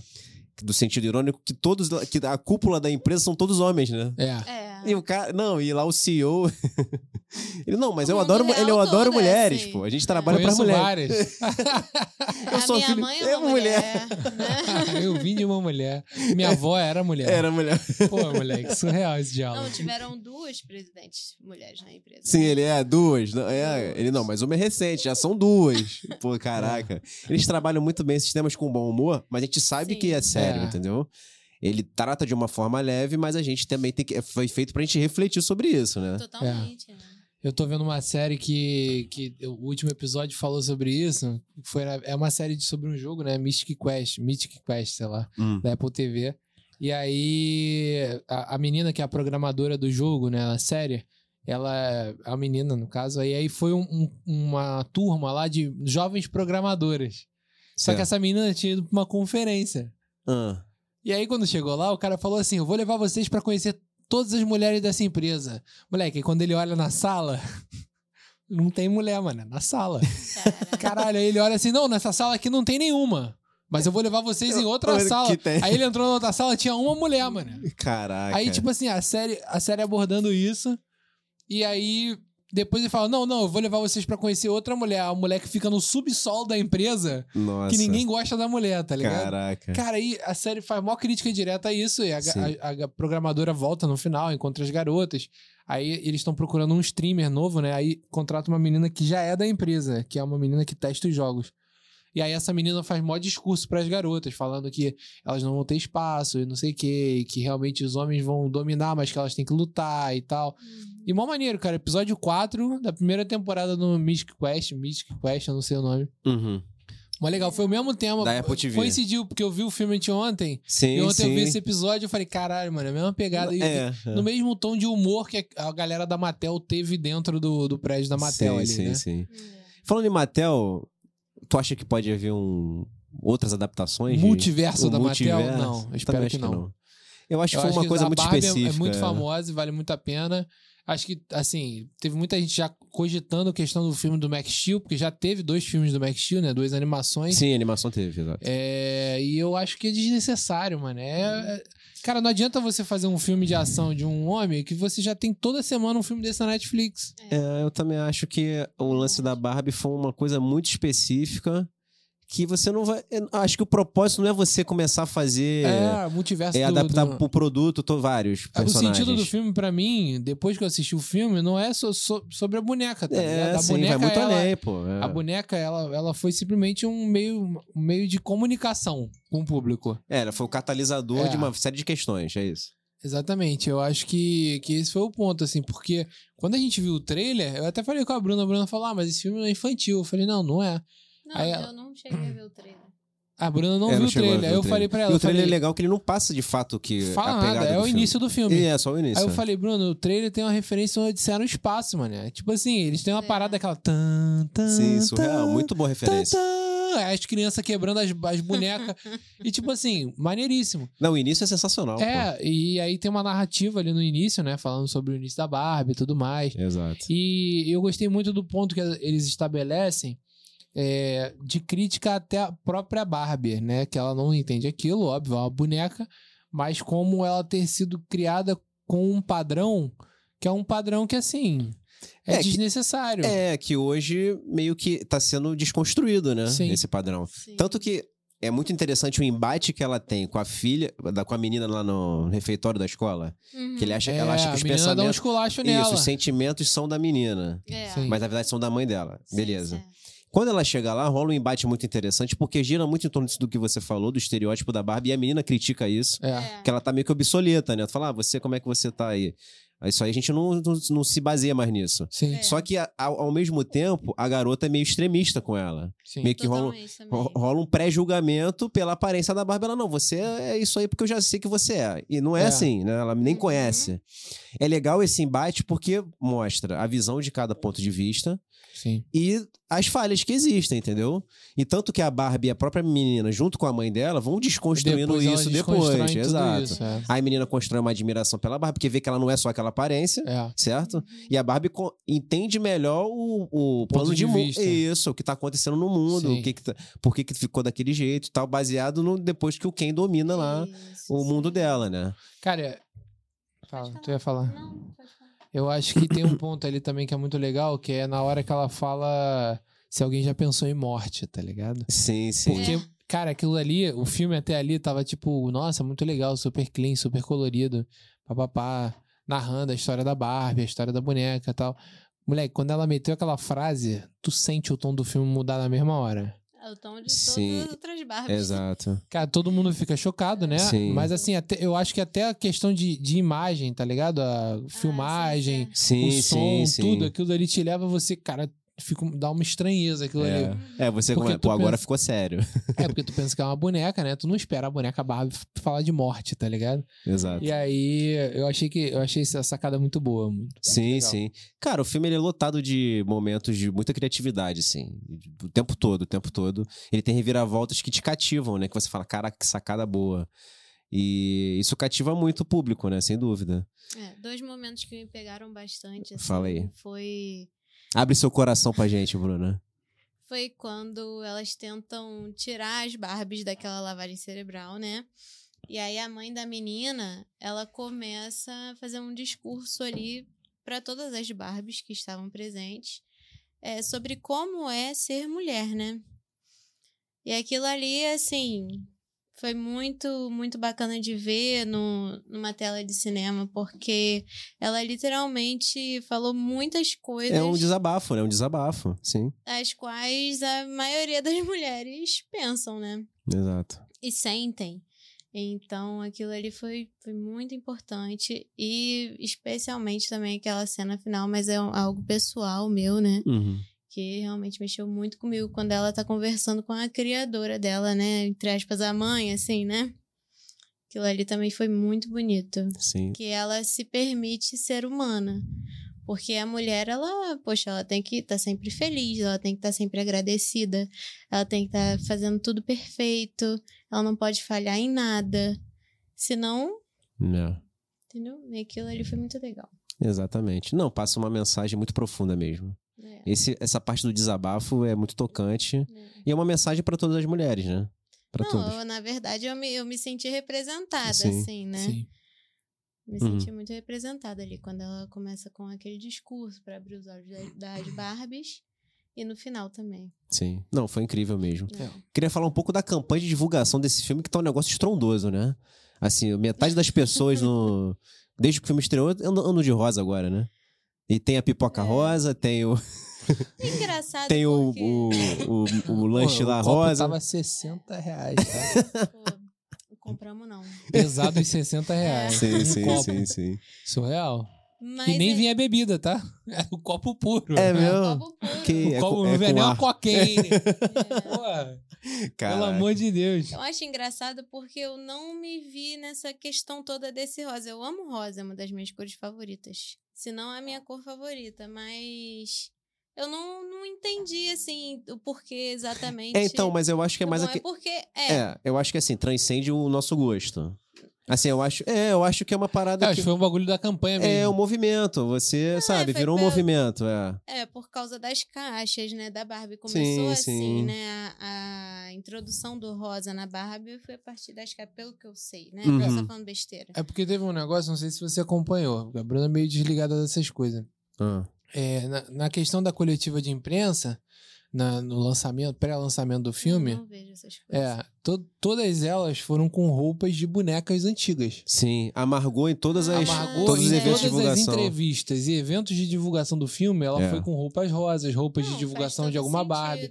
Speaker 1: Do sentido irônico, que todos. lá- Que a cúpula da empresa são todos homens, né?
Speaker 2: É.
Speaker 3: É.
Speaker 1: E o cara. Não, e lá o [LAUGHS] CEO. ele, não, mas
Speaker 3: O
Speaker 1: eu
Speaker 3: mundo
Speaker 1: adoro,
Speaker 3: real
Speaker 1: ele, eu
Speaker 3: todo
Speaker 1: adoro
Speaker 3: é
Speaker 1: mulheres,
Speaker 3: assim.
Speaker 1: pô. A gente trabalha pra
Speaker 2: Conheço
Speaker 1: mulher.
Speaker 2: várias. [LAUGHS]
Speaker 1: Eu
Speaker 3: a
Speaker 1: sou
Speaker 3: minha
Speaker 1: filho-
Speaker 3: mãe é uma mulher.
Speaker 2: [LAUGHS]
Speaker 3: né?
Speaker 2: eu vim de uma mulher. Minha avó era mulher.
Speaker 1: Era mulher.
Speaker 2: Pô, moleque, surreal esse diálogo.
Speaker 3: Não, tiveram duas presidentes mulheres na empresa.
Speaker 1: Sim, ele é duas. Não, é, ele não, mas uma é recente, já são duas.
Speaker 2: [LAUGHS]
Speaker 1: Pô,
Speaker 2: É.
Speaker 1: caraca. Eles trabalham muito bem esses temas com bom humor, mas a gente sabe
Speaker 3: Sim.
Speaker 1: que é sério,
Speaker 2: É.
Speaker 1: entendeu? Ele trata de uma forma leve, mas a gente também tem que. é- Foi feito pra gente refletir sobre isso, né?
Speaker 3: Totalmente. né?
Speaker 2: Eu tô vendo uma série que, que o último episódio falou sobre isso. Foi, na- é uma série de- sobre um jogo, né? Mystic Quest, Mystic Quest, sei lá,
Speaker 1: Hum.
Speaker 2: da Apple TV. E aí, a, a menina que é a programadora do jogo, né? A série, ela. é A menina, no caso, aí, aí foi um- um- uma turma lá de jovens programadores. Só que
Speaker 1: Certo.
Speaker 2: essa menina tinha ido pra uma conferência.
Speaker 1: é. Ah,
Speaker 2: E aí, quando chegou lá, o cara falou assim: Eu vou levar vocês pra conhecer todas as mulheres dessa empresa. Moleque, quando ele olha na sala, [LAUGHS] não tem mulher, mano, é na sala.
Speaker 3: Cara,
Speaker 2: Caralho, aí ele olha assim: Não, nessa sala aqui não tem nenhuma. Mas eu vou levar vocês em outra
Speaker 1: Olha que É,
Speaker 2: sala.
Speaker 1: tem.
Speaker 2: Aí ele entrou na outra sala, tinha uma mulher, mano.
Speaker 1: [LAUGHS] Caraca.
Speaker 2: Aí, tipo assim, a série, a série abordando isso. E aí, depois ele fala: Não, não, eu vou levar vocês pra conhecer outra mulher. A mulher que fica no subsolo da empresa,
Speaker 1: Nossa.
Speaker 2: que ninguém gosta da mulher, tá ligado?
Speaker 1: Caraca.
Speaker 2: Cara, aí a série faz mó crítica direta a isso. E a,
Speaker 1: É. Sim.
Speaker 2: a- a programadora volta no final, encontra as garotas. Aí eles estão procurando um streamer novo, né? Aí contrata uma menina que já é da empresa, que é uma menina que testa os jogos. E aí essa menina faz mó discurso pras garotas, falando que elas não vão ter espaço e não sei o quê, e que realmente os homens vão dominar, mas que elas têm que lutar e tal. E mó maneiro, cara. Episódio 4 da primeira temporada do Mystic Quest, Mystic Quest, eu não sei o nome.
Speaker 1: Uhum.
Speaker 2: Mas legal, foi o mesmo tema.
Speaker 1: Da Apple TV.
Speaker 2: Coincidiu, porque eu vi o filme anteontem
Speaker 1: Sim,
Speaker 2: e ontem
Speaker 1: sim.
Speaker 2: eu vi esse episódio e falei, caralho, mano, é a mesma pegada. E
Speaker 1: É, é.
Speaker 2: No mesmo tom de humor que a galera da Mattel teve dentro do, do prédio da Mattel
Speaker 1: sim,
Speaker 2: ali,
Speaker 1: sim,
Speaker 2: né?
Speaker 1: sim.
Speaker 3: É.
Speaker 1: Falando em Mattel, tu acha que pode haver um... outras adaptações? de-
Speaker 2: Multiverso
Speaker 1: um
Speaker 2: da Mattel?
Speaker 1: multiverso?
Speaker 2: Não, eu espero
Speaker 1: Também
Speaker 2: que
Speaker 1: acho
Speaker 2: não.
Speaker 1: Eu acho
Speaker 2: Eu
Speaker 1: que foi
Speaker 2: acho
Speaker 1: uma coisa
Speaker 2: a
Speaker 1: muito
Speaker 2: Barbie é-
Speaker 1: específica.
Speaker 2: É muito famosa e vale muito a pena. Acho que, assim, teve muita gente já cogitando a questão do filme do Max Steel, porque já teve dois filmes do Max Steel, né? Duas animações.
Speaker 1: Sim, a animação teve, exato.
Speaker 2: É, e eu acho que é desnecessário, mano. É- cara, não adianta você fazer um filme de ação de um homem que você já tem toda semana um filme desse na Netflix.
Speaker 1: É, eu também acho que o lance da Barbie foi uma coisa muito específica que você não vai. eu Acho que o propósito não é você começar a fazer. É,
Speaker 2: É, multiverso do-
Speaker 1: adaptar
Speaker 2: do- Ah,
Speaker 1: pro produto tô, vários
Speaker 2: O
Speaker 1: personagens.
Speaker 2: sentido do filme, pra mim, depois que eu assisti o filme, não é so- so- sobre a boneca, tá ligado?
Speaker 1: É,
Speaker 2: A
Speaker 1: sim,
Speaker 2: boneca,
Speaker 1: vai muito
Speaker 2: ela,
Speaker 1: além, pô. é.
Speaker 2: A boneca, ela, ela foi simplesmente um meio, um meio de comunicação com o público.
Speaker 1: É, ela foi o catalisador
Speaker 2: É.
Speaker 1: de uma série de questões, é isso.
Speaker 2: Exatamente, eu acho que, que esse foi o ponto, assim, porque quando a gente viu o trailer, eu até falei com a Bruna, a Bruna falou, ah, mas esse filme é infantil. Eu falei, não, não é.
Speaker 3: Não,
Speaker 2: Aí
Speaker 3: eu
Speaker 2: ela-
Speaker 3: não cheguei a ver o trailer.
Speaker 2: A Bruna não
Speaker 1: É,
Speaker 2: viu o
Speaker 1: chegou a
Speaker 2: trailer.
Speaker 1: ver
Speaker 2: Aí eu falei pra ela,
Speaker 1: E
Speaker 2: eu
Speaker 1: o trailer
Speaker 2: falei,
Speaker 1: é legal que ele não passa de fato que
Speaker 2: fala
Speaker 1: a pegada
Speaker 2: nada, é
Speaker 1: do
Speaker 2: o
Speaker 1: filme.
Speaker 2: início do filme.
Speaker 1: E é só o início.
Speaker 2: Aí eu falei, Bruno, o trailer tem uma referência onde disseram espaço, mano. É Tipo assim, eles têm uma
Speaker 3: É.
Speaker 2: parada aquela. Tan, tan,
Speaker 1: Sim, surreal,
Speaker 2: tan,
Speaker 1: muito boa
Speaker 2: tan,
Speaker 1: referência.
Speaker 2: tan. ah, as crianças quebrando as, as bonecas. e tipo assim, maneiríssimo.
Speaker 1: Não, o início é sensacional.
Speaker 2: é, e aí tem uma narrativa ali no início, né? Falando sobre o início da Barbie e tudo mais.
Speaker 1: pô. Exato.
Speaker 2: E eu gostei muito do ponto que eles estabelecem é, de crítica até a própria Barbie, né? Que ela não entende aquilo, óbvio, é uma boneca, mas como ela ter sido criada com um padrão que é um padrão que, assim, é,
Speaker 1: É, que-
Speaker 2: desnecessário.
Speaker 1: É, que hoje meio que tá sendo desconstruído, né?
Speaker 2: Sim.
Speaker 1: Esse padrão.
Speaker 3: Sim.
Speaker 1: Tanto que é muito interessante o embate que ela tem com a filha, da- com a menina lá no refeitório da escola.
Speaker 3: Uhum.
Speaker 1: Que ele acha,
Speaker 2: É,
Speaker 1: ela acha que os
Speaker 2: a menina dá um
Speaker 1: pensamentos.
Speaker 2: esculacho
Speaker 1: Isso,
Speaker 2: nela.
Speaker 1: os sentimentos são da menina.
Speaker 3: É.
Speaker 2: Sim.
Speaker 1: Mas na verdade são da mãe dela.
Speaker 3: Sim,
Speaker 1: Beleza.
Speaker 3: certo.
Speaker 1: Quando ela chega lá, rola um embate muito interessante, porque gira muito em torno disso do que você falou, do estereótipo da Barbie, e a menina critica isso.
Speaker 2: É.
Speaker 3: É.
Speaker 1: Que ela tá meio que obsoleta, né? Tu Fala, ah, você, como é que você tá aí? Isso aí a gente não, não, não se baseia mais nisso.
Speaker 2: Sim,
Speaker 3: É.
Speaker 1: Só que, a- ao, ao mesmo tempo, a garota é meio extremista com ela.
Speaker 2: sim.
Speaker 1: Meio que rola,
Speaker 3: Totalmente também.
Speaker 1: ro- rola um pré-julgamento pela aparência da Barbie. Ela, não, você é isso aí porque eu já sei que você é. E não é,
Speaker 2: É.
Speaker 1: assim, né? Ela nem
Speaker 3: Uhum.
Speaker 1: conhece. É legal esse embate porque mostra a visão de cada ponto de vista
Speaker 2: sim.
Speaker 1: e as falhas que existem, entendeu? E tanto que a Barbie e a própria menina, junto com a mãe dela, vão desconstruindo
Speaker 2: Depois elas
Speaker 1: isso
Speaker 2: desconstroem
Speaker 1: depois.
Speaker 2: tudo
Speaker 1: Exato.
Speaker 2: isso, é.
Speaker 1: Aí a menina constrói uma admiração pela Barbie, porque vê que ela não é só aquela aparência,
Speaker 2: É.
Speaker 1: certo? E a Barbie co- entende melhor o, o
Speaker 2: Ponto
Speaker 1: plano
Speaker 2: de
Speaker 1: de, mundo.
Speaker 2: vista.
Speaker 1: Isso, o que tá acontecendo no mundo,
Speaker 2: Sim.
Speaker 1: o que que tá- por que, que ficou daquele jeito e tal, baseado no, depois que o Ken domina lá
Speaker 3: Isso,
Speaker 1: o mundo
Speaker 3: sim.
Speaker 1: dela, né?
Speaker 2: Cara, é- fala,
Speaker 3: falar.
Speaker 2: tu ia falar.
Speaker 3: Não, pode falar.
Speaker 2: Eu acho que tem um ponto ali também que é muito legal, que é na hora que ela fala se alguém já pensou em morte, tá ligado?
Speaker 1: Sim, sim.
Speaker 2: Porque,
Speaker 3: É.
Speaker 2: cara, aquilo ali, o filme até ali tava tipo, nossa, muito legal, super clean, super colorido, papapá, narrando a história da Barbie, a história da boneca e tal. Moleque, quando ela meteu aquela frase, tu sente o tom do filme mudar na mesma hora.
Speaker 3: É o tom de
Speaker 1: Sim,
Speaker 3: todas as outras barbas.
Speaker 1: Exato.
Speaker 2: Cara, todo mundo fica chocado, né?
Speaker 1: Sim.
Speaker 2: Mas assim, até- eu acho que até a questão de, de imagem, tá ligado? A filmagem,
Speaker 1: Sim,
Speaker 2: o
Speaker 1: sim,
Speaker 2: som,
Speaker 1: sim.
Speaker 2: tudo, aquilo ali te leva você, cara, fica, um, dá uma estranheza aquilo ali.
Speaker 1: É. É, você
Speaker 2: Porque
Speaker 1: como é,
Speaker 2: tu
Speaker 1: pô, agora
Speaker 2: pensa-
Speaker 1: ficou sério. [LAUGHS]
Speaker 2: É porque tu pensa que é uma boneca, né? Tu não espera a boneca Barbie f- falar de morte, tá ligado?
Speaker 1: Exato.
Speaker 2: E aí, eu achei que eu achei essa sacada muito boa. É muito-
Speaker 1: Sim,
Speaker 2: legal.
Speaker 1: sim. Cara, o filme ele é lotado de momentos de muita criatividade, assim. O tempo todo, o tempo todo. Ele tem reviravoltas que te cativam, né? Que você fala, caraca, que sacada boa. E isso cativa muito o público, né? Sem dúvida.
Speaker 3: É, dois momentos que me pegaram bastante. Assim,
Speaker 1: Fala aí.
Speaker 3: Foi,
Speaker 1: Abre seu coração pra gente, Bruna.
Speaker 3: foi quando elas tentam tirar as Barbies daquela lavagem cerebral, né? E aí a mãe da menina, ela começa a fazer um discurso ali para todas as Barbies que estavam presentes é, sobre como é ser mulher, né? E aquilo ali, assim, foi muito, muito bacana de ver no, numa tela de cinema, porque ela literalmente falou muitas coisas
Speaker 1: É um desabafo, né? Um desabafo. Sim,
Speaker 3: as quais a maioria das [LAUGHS] mulheres pensam, né?
Speaker 1: exato.
Speaker 3: E sentem. Então, aquilo ali foi, foi muito importante. E especialmente também aquela cena final, mas é um- algo pessoal meu, né? Que realmente mexeu muito comigo quando ela tá conversando com a criadora dela, né? Entre aspas, a mãe, assim, né? Aquilo ali também foi muito bonito
Speaker 1: Sim.
Speaker 3: que ela se permite ser humana. Porque a mulher, ela, poxa, ela tem que estar sempre feliz, ela tem que estar sempre agradecida, ela tem que estar fazendo tudo perfeito, ela não pode falhar em nada. Senão,
Speaker 1: Não.
Speaker 3: entendeu? E aquilo ali foi muito legal.
Speaker 1: Exatamente. Não, passa uma mensagem muito profunda mesmo.
Speaker 3: É,
Speaker 1: Esse, essa parte do desabafo é muito tocante.
Speaker 3: é.
Speaker 1: E é uma mensagem pra todas as mulheres, né? Pra todas.
Speaker 3: Não, eu, na verdade, eu me, eu me senti representada,
Speaker 1: Sim,
Speaker 3: assim, né?
Speaker 2: Sim.
Speaker 3: Me
Speaker 1: Uhum.
Speaker 3: senti muito representada ali, quando ela começa com aquele discurso para abrir os olhos da- das Barbies e no final também.
Speaker 1: Sim. Não, foi incrível mesmo.
Speaker 3: né?
Speaker 1: Queria falar um pouco da campanha de divulgação desse filme, que tá um negócio estrondoso, né? Assim, metade das pessoas [LAUGHS] no. Desde que o filme estreou, andam andam de rosa agora, né? E tem a pipoca
Speaker 3: É.
Speaker 1: rosa, tem o,
Speaker 3: É engraçado
Speaker 1: tem o,
Speaker 3: porque...
Speaker 1: o, o, o lanche
Speaker 2: Pô, o
Speaker 1: lá
Speaker 2: copo
Speaker 1: rosa.
Speaker 2: Tava 60 reais, tá? [LAUGHS]
Speaker 3: Pô, não compramos não.
Speaker 2: Pesado os 60 reais.
Speaker 1: Sim,
Speaker 2: Um
Speaker 1: sim,
Speaker 2: copo.
Speaker 1: sim, sim.
Speaker 2: Surreal.
Speaker 3: Mas
Speaker 2: E nem
Speaker 3: é-
Speaker 2: vinha bebida, tá? [LAUGHS] Era o copo puro.
Speaker 1: É
Speaker 3: é
Speaker 1: mesmo?
Speaker 3: copo puro.
Speaker 1: Que-
Speaker 2: O
Speaker 1: É
Speaker 2: copo
Speaker 1: com-
Speaker 2: não
Speaker 1: é
Speaker 2: vinha
Speaker 1: com
Speaker 2: nem uma
Speaker 1: ar. [LAUGHS]
Speaker 2: cocaine.
Speaker 3: É.
Speaker 2: Pô, pelo
Speaker 1: Caraca.
Speaker 2: amor de Deus.
Speaker 3: [LAUGHS] Eu acho engraçado porque eu não me vi nessa questão toda desse rosa. Eu amo rosa, é uma das minhas cores favoritas. Se não é a minha cor favorita, mas eu não, não entendi, assim, o porquê exatamente.
Speaker 1: É, então, mas eu acho que é
Speaker 3: do
Speaker 1: mais
Speaker 3: bom.
Speaker 1: aqui.
Speaker 3: É porque, é,
Speaker 1: É, eu acho que assim, transcende o nosso gosto. Assim, eu acho. É, eu acho que é uma
Speaker 2: É,
Speaker 1: parada
Speaker 2: acho
Speaker 1: que.
Speaker 2: que foi um bagulho da campanha mesmo.
Speaker 1: É um movimento. Você, sabe,
Speaker 3: foi
Speaker 1: virou um
Speaker 3: pelo-
Speaker 1: movimento. É.
Speaker 3: É, por causa das caixas, né? Da Barbie. Começou
Speaker 1: Sim,
Speaker 3: assim,
Speaker 1: sim.
Speaker 3: né? A, a introdução do rosa na Barbie foi a partir das caixas, pelo que eu sei, né?
Speaker 1: Uhum.
Speaker 3: Não só falando besteira.
Speaker 2: É porque teve um negócio, não sei se você acompanhou. A Bruna é meio desligada dessas coisas.
Speaker 1: Ah,
Speaker 2: É, na, na questão da coletiva de imprensa, na- no lançamento, pré-lançamento do filme,
Speaker 3: Eu não vejo essas coisas.
Speaker 2: é, to- todas elas foram com roupas de bonecas antigas.
Speaker 1: Sim, amargou em todas as.
Speaker 2: Amargou
Speaker 1: todos os
Speaker 2: em
Speaker 1: eventos
Speaker 2: todas
Speaker 1: de
Speaker 2: as
Speaker 1: divulgação.
Speaker 2: entrevistas e eventos de divulgação do filme, ela
Speaker 1: É.
Speaker 2: foi com roupas rosas, roupas
Speaker 3: Não,
Speaker 2: de
Speaker 3: faz
Speaker 2: divulgação
Speaker 3: todo
Speaker 2: de alguma
Speaker 3: sentido,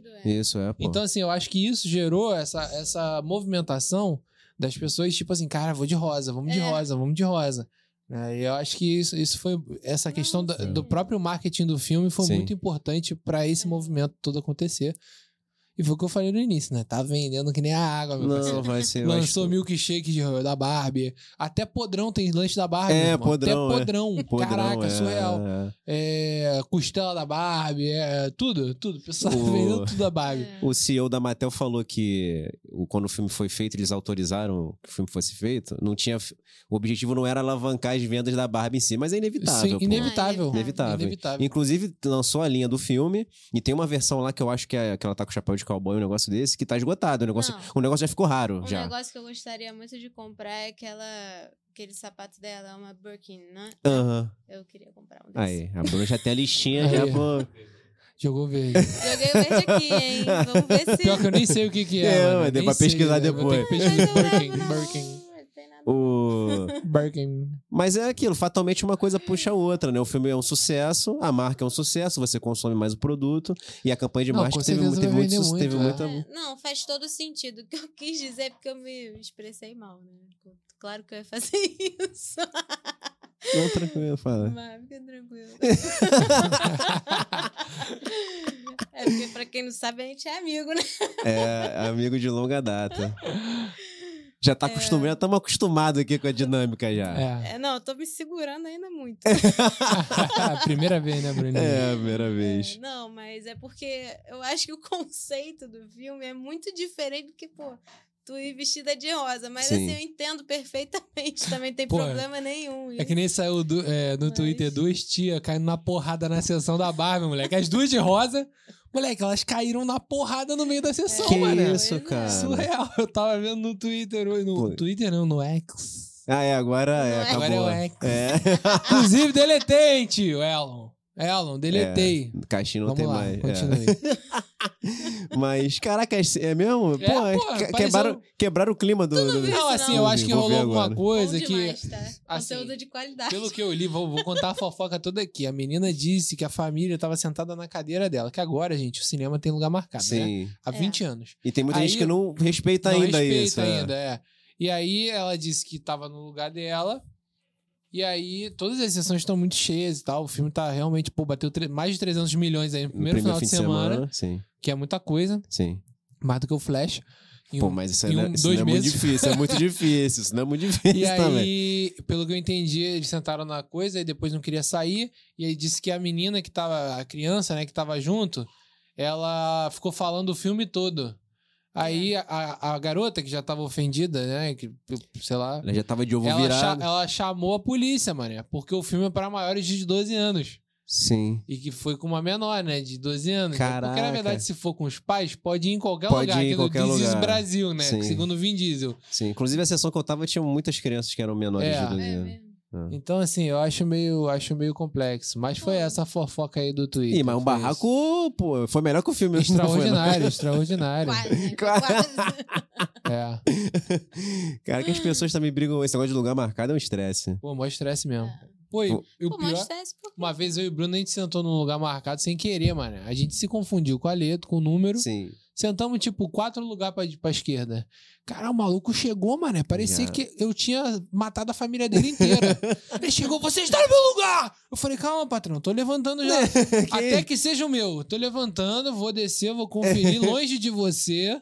Speaker 2: Barbie.
Speaker 3: é.
Speaker 1: Isso, é, pô.
Speaker 2: Então, assim, eu acho que isso gerou essa, essa movimentação das pessoas, tipo assim, cara, vou de rosa, vamos de
Speaker 3: É.
Speaker 2: rosa, vamos de rosa. né? E eu acho que isso, isso foi. Essa questão da-
Speaker 3: Nossa.
Speaker 2: do próprio marketing do filme foi
Speaker 1: Sim.
Speaker 2: muito importante pra esse
Speaker 3: É.
Speaker 2: movimento todo acontecer. E foi o que eu falei no início, né? Tá vendendo que nem a água, meu parceiro.
Speaker 1: Não, vai ser. eu
Speaker 2: Lançou
Speaker 1: acho...
Speaker 2: milkshake de- da Barbie. Até podrão tem lanche da Barbie.
Speaker 1: É,
Speaker 2: irmão.
Speaker 1: podrão,
Speaker 2: Até
Speaker 1: é.
Speaker 2: podrão.
Speaker 1: Podrão,
Speaker 2: Caraca,
Speaker 1: é,
Speaker 2: surreal.
Speaker 1: é.
Speaker 2: É, costela da Barbie. É, tudo, tudo. O pessoal
Speaker 1: O-
Speaker 2: [LAUGHS] vendendo tudo da Barbie.
Speaker 3: É.
Speaker 1: O CEO da Mattel falou que o- quando o filme foi feito, eles autorizaram que o filme fosse feito. Não tinha, o objetivo não era alavancar as vendas da Barbie em si, mas é inevitável.
Speaker 2: Sim,
Speaker 1: pô.
Speaker 2: inevitável.
Speaker 3: Ah, inevitável.
Speaker 2: Inevitável.
Speaker 1: Inclusive, lançou a linha do filme e tem uma versão lá que eu acho que, é, que ela tá com chapéu de cowboy, um negócio desse, que tá esgotado. O negócio,
Speaker 3: Não.
Speaker 1: o negócio já ficou raro.
Speaker 3: Um
Speaker 1: já.
Speaker 3: negócio que eu gostaria muito de comprar é aquela, aquele sapato dela, é uma Birkin, né?
Speaker 1: Aham.
Speaker 3: Eu queria comprar um desse.
Speaker 1: Aí, a Bruna já tem a listinha já,
Speaker 2: Aí.
Speaker 1: pô.
Speaker 2: Jogou verde.
Speaker 3: Joguei o verde aqui,
Speaker 1: [LAUGHS]
Speaker 3: hein? Vamos ver
Speaker 2: [LAUGHS]
Speaker 3: se...
Speaker 2: Pior que eu nem sei o que, que é.
Speaker 1: É,
Speaker 2: mano.
Speaker 1: mas deu
Speaker 2: Nem
Speaker 1: pra
Speaker 2: sei,
Speaker 1: pesquisar
Speaker 2: né? Vou ter que
Speaker 3: Mas
Speaker 1: depois.
Speaker 3: eu
Speaker 2: pesquisar.
Speaker 1: [LAUGHS]
Speaker 3: levo na
Speaker 2: Birkin,
Speaker 3: mão,
Speaker 2: Birkin,
Speaker 3: não tem nada.
Speaker 2: [LAUGHS]
Speaker 1: O...
Speaker 2: Birkin.
Speaker 1: Mas é aquilo, fatalmente uma coisa puxa a outra, né? O filme é um sucesso, a marca é um sucesso, você consome mais o produto e a campanha de
Speaker 2: Não, com
Speaker 1: marketing teve,
Speaker 2: certeza
Speaker 1: muito- teve
Speaker 2: vai
Speaker 1: muito,
Speaker 2: vender
Speaker 1: sucesso,
Speaker 2: muito,
Speaker 1: teve
Speaker 2: é.
Speaker 1: muita.
Speaker 3: É, não, faz todo sentido. O que eu quis dizer é porque eu me expressei mal, né? Claro que eu ia fazer [LAUGHS] isso.
Speaker 1: É.
Speaker 2: é.
Speaker 1: Não, tranquilo, fala.
Speaker 3: Mas fica tranquilo. [LAUGHS] é porque, pra quem não sabe, a gente é amigo, né?
Speaker 1: É, amigo de longa data. [LAUGHS] Já tá acostumado, já estamos acostumados aqui com a dinâmica já. É,
Speaker 2: É.
Speaker 3: É, não, eu tô me segurando ainda muito.
Speaker 2: [LAUGHS] Primeira vez, né, Bruninho?
Speaker 1: a primeira
Speaker 3: É,
Speaker 1: vez.
Speaker 3: não, mas é porque eu acho que o conceito do filme é muito diferente do que, pô, tu ir vestida de rosa. Mas
Speaker 1: Sim.
Speaker 3: assim, eu entendo perfeitamente, [LAUGHS] também tem
Speaker 2: Pô,
Speaker 3: problema nenhum.
Speaker 2: É que nem saiu do- é, no
Speaker 3: Mas-
Speaker 2: Twitter duas tias caindo na porrada na sessão da Barbie, moleque. As duas de rosa. Moleque, elas caíram na porrada no meio da sessão,
Speaker 1: Que
Speaker 2: mano.
Speaker 1: isso,
Speaker 3: Pois é.
Speaker 1: cara.
Speaker 2: Surreal. Eu tava vendo no Twitter hoje. No
Speaker 1: Pô.
Speaker 2: Twitter não, no X.
Speaker 1: Ah, é, agora é,
Speaker 3: Não é.
Speaker 1: acabou.
Speaker 2: Agora é o X. [LAUGHS]
Speaker 1: É.
Speaker 2: Inclusive, deletei, tio, Elon. Elon, deletei.
Speaker 1: Caixinha não
Speaker 2: Vamos
Speaker 1: tem
Speaker 2: lá,
Speaker 1: mais. é.
Speaker 2: continue.
Speaker 1: Mas, caraca, é mesmo? pô,
Speaker 2: É, pô, um
Speaker 1: que-
Speaker 2: pareceu-
Speaker 1: quebraram, quebraram o clima do. do-
Speaker 3: viu?
Speaker 2: Não,
Speaker 3: Isso
Speaker 2: assim,
Speaker 3: não.
Speaker 2: eu acho que
Speaker 1: Vou ver
Speaker 2: rolou alguma
Speaker 1: agora.
Speaker 2: coisa
Speaker 3: Bom
Speaker 2: que.
Speaker 3: demais, tá?
Speaker 2: assim,
Speaker 3: Conteúdo de qualidade. [LAUGHS] É
Speaker 2: Pelo que eu li, vou, vou contar a fofoca toda aqui. A menina disse que a família estava sentada na cadeira dela, que agora, gente, o cinema tem lugar marcado, né?
Speaker 1: Sim.
Speaker 2: Há
Speaker 3: É.
Speaker 2: 20 anos.
Speaker 1: E tem muita
Speaker 2: Aí-
Speaker 1: gente que não respeita
Speaker 2: Não
Speaker 1: ainda
Speaker 2: respeita
Speaker 1: isso. é.
Speaker 2: ainda, é. E aí ela disse que tava no lugar dela. E aí, todas as sessões estão muito cheias e tal. O filme tá realmente, pô, bateu tre- mais de 300 milhões aí no
Speaker 1: No
Speaker 2: primeiro, final de semana,
Speaker 1: Sim,
Speaker 2: que é muita coisa,
Speaker 1: sim.
Speaker 2: mais do que o Flash. Em
Speaker 1: Pô,
Speaker 2: um-
Speaker 1: mas isso,
Speaker 2: em
Speaker 1: não é-
Speaker 2: um-
Speaker 1: isso
Speaker 2: dois
Speaker 1: não é
Speaker 2: meses.
Speaker 1: muito difícil. É muito
Speaker 2: [LAUGHS]
Speaker 1: difícil. [LAUGHS] Isso não é muito difícil
Speaker 2: E
Speaker 1: também.
Speaker 2: aí, pelo que eu entendi, eles sentaram na coisa e depois não queria sair. E aí disse que a menina que tava, a criança, né, que tava junto, ela ficou falando o filme todo. Aí a- a, a garota que já tava ofendida, né, que, sei lá,
Speaker 1: Ela já tava de ovo
Speaker 2: ela, cha-
Speaker 1: virado.
Speaker 2: ela chamou a polícia, mané, porque o filme é para maiores de 12 anos.
Speaker 1: Sim.
Speaker 2: E que foi com uma menor, né, de 12 anos.
Speaker 1: Caraca.
Speaker 2: Porque na verdade, se for com os pais, pode ir em qualquer
Speaker 1: Pode
Speaker 2: lugar.
Speaker 1: ir em
Speaker 2: que é do
Speaker 1: qualquer
Speaker 2: This is
Speaker 1: lugar.
Speaker 2: Brasil, né,
Speaker 1: Sim.
Speaker 2: segundo o Vin Diesel.
Speaker 1: Sim. Inclusive, a sessão que eu tava tinha muitas crianças que eram menores
Speaker 2: É.
Speaker 1: de 12
Speaker 3: É
Speaker 1: anos.
Speaker 3: mesmo.
Speaker 2: Então, assim, eu acho meio, acho meio complexo. Mas foi
Speaker 3: Pô.
Speaker 2: essa fofoca aí do Twitter.
Speaker 1: Ih, mas um
Speaker 2: Então, Foi
Speaker 1: barraco, pô, foi melhor que o filme.
Speaker 2: isso.
Speaker 1: não foi, não.
Speaker 2: Extraordinário, extraordinário. [LAUGHS]
Speaker 3: [LAUGHS] Quase, né?
Speaker 1: Quase.
Speaker 3: [LAUGHS] Quase.
Speaker 2: É.
Speaker 1: Cara, que as pessoas também brigam. Esse negócio de lugar marcado é um estresse.
Speaker 2: Pô, mó estresse mesmo. Pô, e, e o
Speaker 3: É. Pô,
Speaker 2: pior...
Speaker 3: mostra esse
Speaker 2: [LAUGHS]
Speaker 3: pouquinho.
Speaker 2: Uma vez eu e o Bruno, a gente sentou num lugar marcado sem querer, mano. A gente se confundiu com a letra, com o número.
Speaker 1: Sim.
Speaker 2: Sentamos, tipo, quatro lugares pra, pra esquerda. Cara, o maluco chegou, mano. É, Parecia
Speaker 1: Yeah.
Speaker 2: que eu tinha matado a família
Speaker 1: [LAUGHS]
Speaker 2: dele inteira. Ele chegou, você está no meu lugar! Eu falei, calma, patrão, tô levantando já.
Speaker 1: [LAUGHS]
Speaker 2: Até que seja o meu. Tô levantando, vou descer,
Speaker 1: [LAUGHS]
Speaker 2: vou conferir longe de você.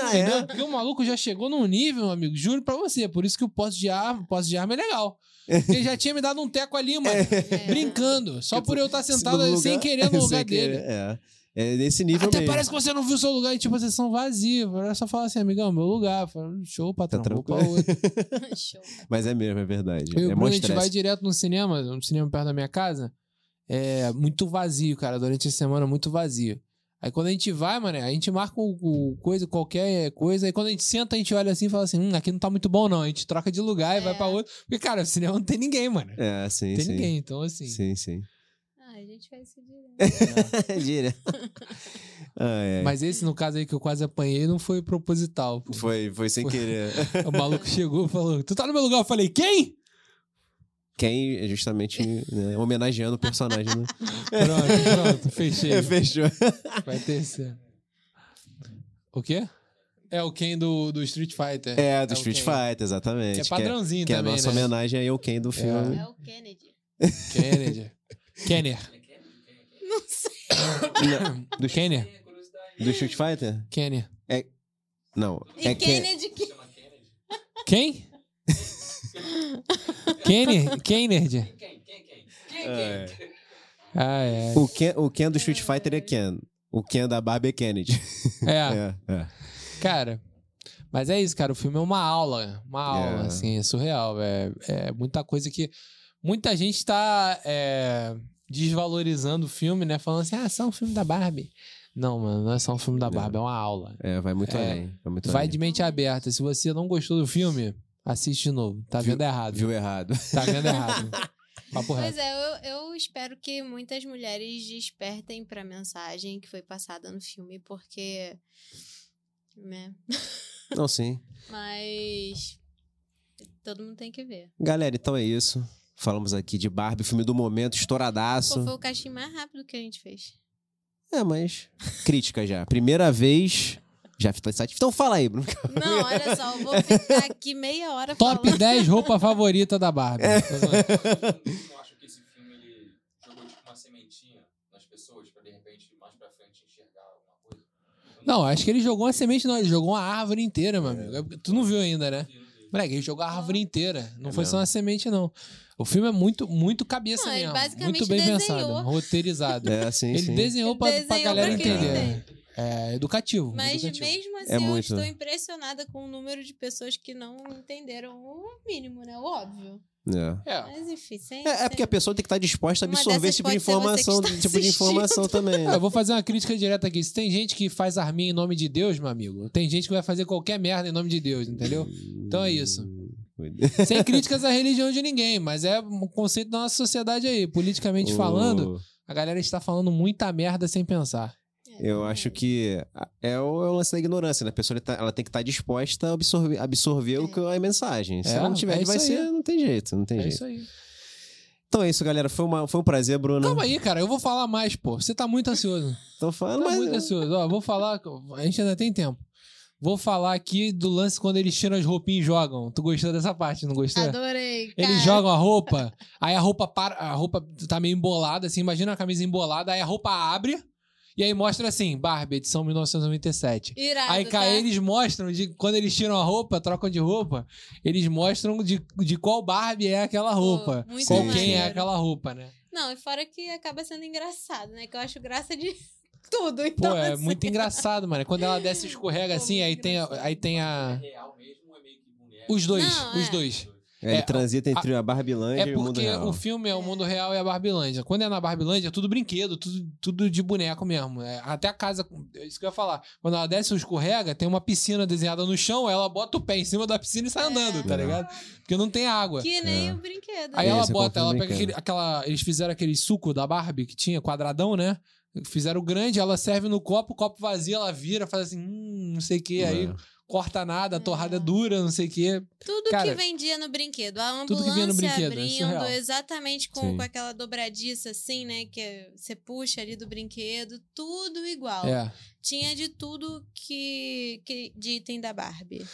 Speaker 1: Ah, é?
Speaker 2: Porque o maluco já chegou num nível, meu amigo, juro pra você. Por isso que o poste de arma, posse de arma é legal. Ele já tinha me dado um teco ali, mano.
Speaker 3: É.
Speaker 2: Brincando. Só por eu estar sentado
Speaker 1: No
Speaker 2: sem
Speaker 1: lugar- [LAUGHS]
Speaker 2: querer no
Speaker 1: sem
Speaker 2: lugar
Speaker 1: querer,
Speaker 2: dele.
Speaker 1: É. É nesse nível
Speaker 2: Até
Speaker 1: mesmo.
Speaker 2: parece que você não viu o seu lugar e, tipo, vocês são vazios. Era só falar assim, amigão, meu lugar. Eu falo, Show, patrão,
Speaker 1: Tá
Speaker 2: vou pra outro.
Speaker 1: [LAUGHS]
Speaker 3: [LAUGHS] Show.
Speaker 1: Mas é mesmo, é verdade.
Speaker 2: Eu e
Speaker 1: é mó
Speaker 2: o Bruno, a gente
Speaker 1: estresse.
Speaker 2: vai direto no cinema, um cinema perto da minha casa. É muito vazio, cara. Durante a semana, muito vazio. Aí quando a gente vai, mano, a gente marca o, o coisa, qualquer coisa. Aí quando a gente senta, a gente olha assim e fala assim: hum, aqui não tá muito bom, não. A gente troca de lugar e
Speaker 3: É.
Speaker 2: vai pra outro. Porque, cara, o cinema não tem ninguém, mano.
Speaker 1: É, sim,
Speaker 2: Não tem
Speaker 1: sim.
Speaker 2: ninguém, então assim.
Speaker 1: Sim, sim.
Speaker 3: Ah, a gente faz
Speaker 2: [LAUGHS]
Speaker 3: isso
Speaker 1: [LAUGHS]
Speaker 3: direto.
Speaker 1: Direto. Ah, é.
Speaker 2: Mas esse, no caso aí, que eu quase apanhei, não foi proposital. pô.
Speaker 1: Foi, foi sem [LAUGHS]
Speaker 2: Foi.
Speaker 1: querer.
Speaker 2: O maluco chegou e falou: Tu tá no meu lugar? Eu falei: Quem?
Speaker 1: Quem é justamente né, homenageando o personagem, né? [LAUGHS]
Speaker 2: Pronto, pronto, fechei.
Speaker 1: É, fechou.
Speaker 2: Vai ter esse. O quê? É o Ken do, do Street Fighter.
Speaker 1: É, do
Speaker 2: o
Speaker 1: Street
Speaker 2: Ken.
Speaker 1: Fighter, exatamente.
Speaker 2: Que é padrãozinho
Speaker 1: Que é a
Speaker 2: também,
Speaker 1: nossa
Speaker 2: né?
Speaker 1: homenagem aí ao Ken do filme. [LAUGHS]
Speaker 3: É o Kennedy.
Speaker 2: Kennedy. Kenner.
Speaker 3: Não sei.
Speaker 1: Do,
Speaker 2: Kenner.
Speaker 1: do Street Fighter?
Speaker 2: Kenner.
Speaker 1: Não.
Speaker 3: E
Speaker 1: é Ken.
Speaker 3: Kennedy que.
Speaker 1: [LAUGHS]
Speaker 2: Quem? Kenner? Kennedy.
Speaker 1: É.
Speaker 2: Ah, é.
Speaker 1: O Ken, o Ken do Street Fighter é Ken. O Ken da Barbie é Kennedy.
Speaker 2: É,
Speaker 1: É, é.
Speaker 2: cara. Mas é isso, cara. O filme é uma aula. Uma aula,
Speaker 1: É.
Speaker 2: assim. É surreal. É, é muita coisa que... Muita gente tá é, desvalorizando o filme, né? Falando assim, ah, é só um filme da Barbie. Não, mano. Não é só um filme da Barbie. É uma aula.
Speaker 1: É, vai muito
Speaker 2: É.
Speaker 1: além. Vai muito
Speaker 2: Vai
Speaker 1: além.
Speaker 2: de mente aberta. Se você não gostou do filme, assiste de novo. Tá
Speaker 1: Viu-
Speaker 2: vendo errado.
Speaker 1: Viu errado.
Speaker 2: Tá
Speaker 1: [LAUGHS]
Speaker 2: vendo errado. Papo
Speaker 3: Pois
Speaker 2: reto.
Speaker 3: é, eu, eu espero que muitas mulheres despertem pra mensagem que foi passada no filme, porque. Né?
Speaker 1: Não, sim.
Speaker 3: Mas. Todo mundo tem que ver.
Speaker 1: Galera, então é isso. Falamos aqui de Barbie, filme do momento,
Speaker 3: Pô,
Speaker 1: estouradaço.
Speaker 3: foi o casting mais rápido que a gente fez.
Speaker 1: É, mas. Crítica já. Primeira vez. Já ficou satisfeito. Então fala aí, Bruno.
Speaker 3: Não, olha só, eu vou ficar aqui meia hora falando.
Speaker 2: Top 10 roupa favorita da Barbie.
Speaker 1: É.
Speaker 2: Tá [LAUGHS]
Speaker 4: Eu não acho que esse filme ele jogou tipo uma sementinha nas pessoas pra de repente mais pra frente enxergar alguma coisa.
Speaker 2: Não, acho que ele jogou uma semente, não. Ele jogou uma árvore inteira, meu amigo. É porque Tu não viu ainda, né? Moleque, ele jogou a árvore inteira. Não
Speaker 1: É
Speaker 2: foi
Speaker 1: mesmo.
Speaker 2: só uma semente, não. O filme é muito, muito cabeça
Speaker 3: Não, ele
Speaker 2: mesmo.
Speaker 3: basicamente
Speaker 2: Muito bem
Speaker 3: desenhou.
Speaker 2: pensado, roteirizado.
Speaker 1: É, [LAUGHS] sim,
Speaker 2: Ele
Speaker 1: sim.
Speaker 2: desenhou pra, pra
Speaker 3: Desenhou
Speaker 2: galera
Speaker 3: pra quem
Speaker 2: entender.
Speaker 3: entende.
Speaker 2: É educativo.
Speaker 3: Mas
Speaker 2: educativo.
Speaker 3: mesmo assim,
Speaker 1: É
Speaker 3: eu
Speaker 1: muito.
Speaker 3: estou impressionada com o número de pessoas que não entenderam o mínimo, né? O óbvio.
Speaker 1: É.
Speaker 2: É.
Speaker 3: Mas enfim, sem.
Speaker 1: É, é porque a pessoa tem que estar disposta a
Speaker 3: Uma
Speaker 1: absorver
Speaker 3: dessas
Speaker 1: esse tipo de
Speaker 3: pode ser você que
Speaker 1: informação,
Speaker 3: está
Speaker 1: tipo de informação também. né?
Speaker 2: Ah, eu vou fazer uma crítica direta aqui. Se tem gente que faz arminha em nome de Deus, meu amigo, tem gente que vai fazer qualquer merda em nome de Deus,
Speaker 1: [LAUGHS]
Speaker 2: entendeu? Então é isso. Sem críticas à religião de ninguém, mas é um conceito da nossa sociedade aí. Politicamente falando, a galera está falando muita merda sem pensar.
Speaker 1: Eu acho que é o, é o lance da ignorância, né? A pessoa tá- ela tem que estar disposta a absorver, absorver o que é a mensagem. Se
Speaker 2: É,
Speaker 1: ela não
Speaker 2: é
Speaker 1: tiver,
Speaker 2: isso
Speaker 1: vai
Speaker 2: aí.
Speaker 1: ser, não tem jeito, não tem
Speaker 2: É
Speaker 1: jeito.
Speaker 2: isso aí.
Speaker 1: Então é isso, galera. Foi, uma, foi um prazer, Bruno.
Speaker 2: Calma aí, cara. Eu vou falar mais, pô. Você tá muito ansioso.
Speaker 1: Tô falando,
Speaker 2: Tá
Speaker 1: mas. é,
Speaker 2: muito ansioso. Ó, vou falar. A gente ainda tem tempo. Vou falar aqui do lance quando eles tiram as roupinhas e jogam. Tu gostou dessa parte, não gostou?
Speaker 3: Adorei. Cara.
Speaker 2: Eles jogam a roupa, aí a roupa para, a roupa tá meio embolada, assim, imagina a camisa embolada, aí a roupa abre e aí mostra assim, Barbie, edição 1997.
Speaker 3: Irado,
Speaker 2: Aí cá,
Speaker 3: tá?
Speaker 2: eles mostram, de, quando eles tiram a roupa, trocam de roupa, eles mostram de, de qual Barbie é aquela roupa.
Speaker 3: muito
Speaker 2: qual
Speaker 1: maneiro.
Speaker 2: quem é aquela roupa, né?
Speaker 3: Não, e fora que acaba sendo engraçado, né? Que eu acho graça de [LAUGHS] tudo.
Speaker 2: Pô,
Speaker 3: Então,
Speaker 2: é
Speaker 3: assim,
Speaker 2: muito engraçado, mano. Quando ela
Speaker 3: [LAUGHS]
Speaker 2: desce e escorrega
Speaker 3: Pô,
Speaker 2: assim,
Speaker 3: muito
Speaker 2: aí tem, a-
Speaker 3: engraçado.
Speaker 2: aí tem
Speaker 4: É
Speaker 2: a.
Speaker 4: real mesmo ou é meio que boneco?
Speaker 2: Ah. Os dois,
Speaker 3: Não,
Speaker 2: os
Speaker 3: é.
Speaker 2: dois.
Speaker 1: É, ele
Speaker 2: É,
Speaker 1: transita entre a Barbilândia
Speaker 2: É
Speaker 1: e o mundo
Speaker 2: porque
Speaker 1: real.
Speaker 2: o filme é o mundo real e a Barbilândia. Quando é na Barbilândia, é tudo brinquedo, tudo, tudo de boneco mesmo. É, até a casa. com- é Isso que eu ia falar. Quando ela desce ou escorrega, tem uma piscina desenhada no chão, ela bota o pé em cima da piscina e sai
Speaker 3: É.
Speaker 2: andando, tá ligado? Porque não tem água.
Speaker 3: Que nem
Speaker 1: É.
Speaker 3: o brinquedo.
Speaker 2: Aí
Speaker 1: É,
Speaker 2: ela
Speaker 1: você
Speaker 2: bota,
Speaker 1: compra
Speaker 2: ela
Speaker 1: um
Speaker 2: pega
Speaker 1: brinquedo.
Speaker 2: aquele, aquela. Eles fizeram aquele suco da Barbie que tinha, quadradão, né?
Speaker 1: É.
Speaker 2: Fizeram grande, ela serve no copo, copo vazio, ela vira, faz assim, hum, não sei o que. Aí corta nada, a torrada é
Speaker 3: É.
Speaker 2: dura, não sei o quê.
Speaker 3: Tudo
Speaker 2: Cara,
Speaker 3: que vendia no brinquedo. A
Speaker 2: tudo que vinha
Speaker 3: ambulância
Speaker 2: no brinquedo, é surreal.
Speaker 3: abrindo, exatamente com,
Speaker 1: Sim.
Speaker 3: com aquela dobradiça assim, né? Que você puxa ali do brinquedo. Tudo igual.
Speaker 2: É,
Speaker 3: Tinha de tudo que, que de item da Barbie.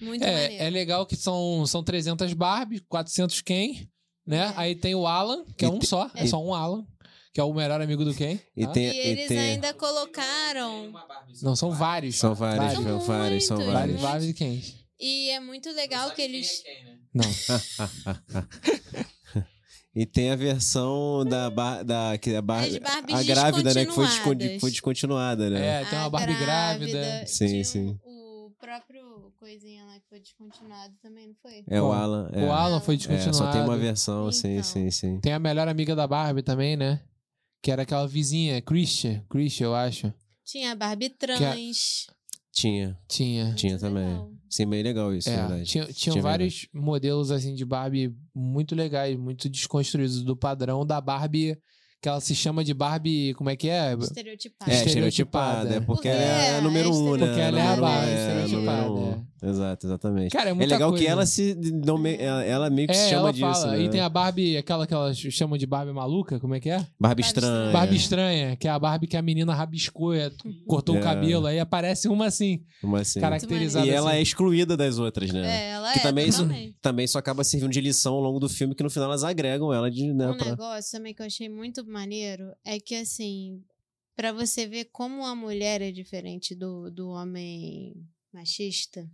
Speaker 3: Muito maneiro.
Speaker 2: é, é legal que são, são 300 Barbie, 400 Ken, né?
Speaker 3: É.
Speaker 2: Aí tem o Alan, que é
Speaker 1: E
Speaker 2: um
Speaker 1: te-
Speaker 2: só, é
Speaker 1: e-
Speaker 2: só um Alan, que é o melhor amigo do Ken.
Speaker 1: E
Speaker 2: tá?
Speaker 1: tem.
Speaker 3: E eles
Speaker 1: tem-
Speaker 3: ainda
Speaker 4: é um Tem
Speaker 3: colocaram.
Speaker 4: uma Barbie,
Speaker 2: Não, são vários.
Speaker 1: São várias,
Speaker 2: Vários.
Speaker 1: são várias, são
Speaker 3: São
Speaker 2: Vários
Speaker 1: várias.
Speaker 3: muitos.
Speaker 2: Barbie e Ken.
Speaker 3: E é muito
Speaker 4: Não
Speaker 3: legal
Speaker 4: sabe
Speaker 3: que
Speaker 4: quem é
Speaker 3: eles.
Speaker 4: quem, né?
Speaker 2: Não.
Speaker 1: E tem a versão da, bar, da, que a, bar,
Speaker 3: As Barbies
Speaker 1: a grávida, né? Que foi, descon-
Speaker 3: descontinuadas.
Speaker 1: foi descontinuada, né?
Speaker 2: É, tem uma
Speaker 3: a
Speaker 2: Barbie grávida.
Speaker 1: Sim,
Speaker 3: Ah, Tinha um-
Speaker 1: sim.
Speaker 3: O próprio coisinha lá que foi descontinuado também, não foi?
Speaker 1: É, o Alan. É.
Speaker 2: O Alan foi
Speaker 1: É,
Speaker 2: descontinuado.
Speaker 1: só tem uma versão, sim,
Speaker 3: Então.
Speaker 1: sim, sim.
Speaker 2: Tem a melhor amiga da Barbie também, né? Que era aquela vizinha, Christian. Christian, eu acho.
Speaker 3: Tinha a Barbie trans. é
Speaker 1: Tinha,
Speaker 2: Tinha.
Speaker 1: tinha
Speaker 3: Muito
Speaker 1: também.
Speaker 3: legal.
Speaker 1: Sim, bem legal isso,
Speaker 2: É,
Speaker 1: na verdade.
Speaker 2: tinha, tinham
Speaker 1: Tinha
Speaker 2: vários modelos assim de Barbie muito legais, muito desconstruídos do padrão da Barbie que ela se chama de Barbie, como é que é?
Speaker 3: Estereotipada.
Speaker 1: É,
Speaker 2: Estereotipada.
Speaker 1: estereotipada. É porque
Speaker 3: Porque
Speaker 1: ela é a
Speaker 3: é
Speaker 1: número um, né?
Speaker 2: Porque ela é a
Speaker 1: número um,
Speaker 2: base,
Speaker 1: é,
Speaker 2: estereotipada,
Speaker 1: número um. Exato, exatamente.
Speaker 2: Cara, é
Speaker 1: É
Speaker 2: muito
Speaker 1: legal que ela se nome... ela ela meio que se chama
Speaker 2: ela
Speaker 1: disso,
Speaker 2: fala.
Speaker 1: né?
Speaker 2: E tem a Barbie, aquela que elas chamam de Barbie maluca, como é que é?
Speaker 1: Barbie estranha.
Speaker 3: É.
Speaker 2: Barbie estranha, que é a Barbie que a menina rabiscou, é, cortou
Speaker 1: É.
Speaker 2: o cabelo, aí aparece uma assim,
Speaker 1: Uma assim.
Speaker 2: caracterizada
Speaker 1: E ela
Speaker 2: assim.
Speaker 1: é excluída das outras, né?
Speaker 3: É, ela
Speaker 1: Que
Speaker 3: é.
Speaker 1: também isso-
Speaker 3: totalmente.
Speaker 1: Também só acaba servindo de lição ao longo do filme, que no final elas agregam ela de. Né,
Speaker 3: Um
Speaker 1: pra-
Speaker 3: negócio também que eu achei muito maneiro é que, assim, pra você ver como a mulher é diferente do, do homem machista,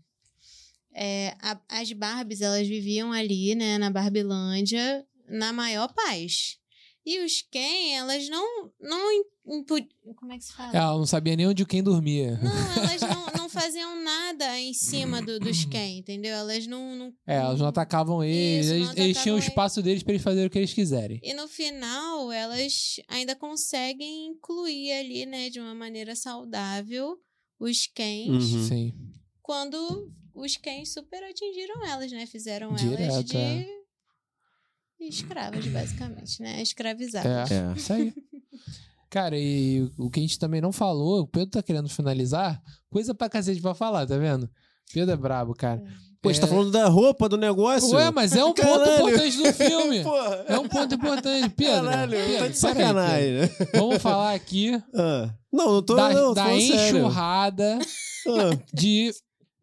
Speaker 3: é, a- as Barbies, elas viviam ali, né, na Barbilândia, na maior paz. E os Ken, elas não... não impu- Como é que se fala?
Speaker 2: Ela não sabia nem onde quem dormia.
Speaker 3: Não,
Speaker 1: [LAUGHS]
Speaker 3: elas não, não faziam nada em cima do, dos Ken, entendeu? Elas não- não
Speaker 2: É, elas não atacavam eles,
Speaker 3: Isso, não
Speaker 2: eles, eles tinham o
Speaker 3: atacavam
Speaker 2: espaço deles pra eles fazerem o que eles quiserem.
Speaker 3: E no final, elas ainda conseguem incluir ali, né, de uma maneira saudável, os Kens,
Speaker 1: Uhum.
Speaker 2: Sim.
Speaker 3: quando os Kens super atingiram elas, né? Fizeram elas
Speaker 2: Direto, é.
Speaker 3: de escravas, basicamente, né? Escravizadas.
Speaker 1: É.
Speaker 2: Isso
Speaker 3: [LAUGHS]
Speaker 2: aí. Cara, e o que a gente também não falou, o Pedro tá querendo finalizar, coisa pra cacete pra falar, tá vendo? Pedro é brabo, cara.
Speaker 1: Pô, você tá
Speaker 2: É.
Speaker 1: falando da roupa, do negócio?
Speaker 2: Ué, mas é um ponto
Speaker 1: Caralho.
Speaker 2: importante do
Speaker 1: [LAUGHS]
Speaker 2: filme.
Speaker 1: Porra.
Speaker 2: É um ponto importante, Pedro. né?
Speaker 1: Caralho, tá de
Speaker 2: Pedro, peraí, Pedro.
Speaker 1: sacanagem, né?
Speaker 2: Vamos falar aqui
Speaker 1: Ah. Não, não [LAUGHS] tô,
Speaker 2: da,
Speaker 1: não, tô
Speaker 2: da
Speaker 1: falando sério.
Speaker 2: enxurrada
Speaker 1: Ah,
Speaker 2: de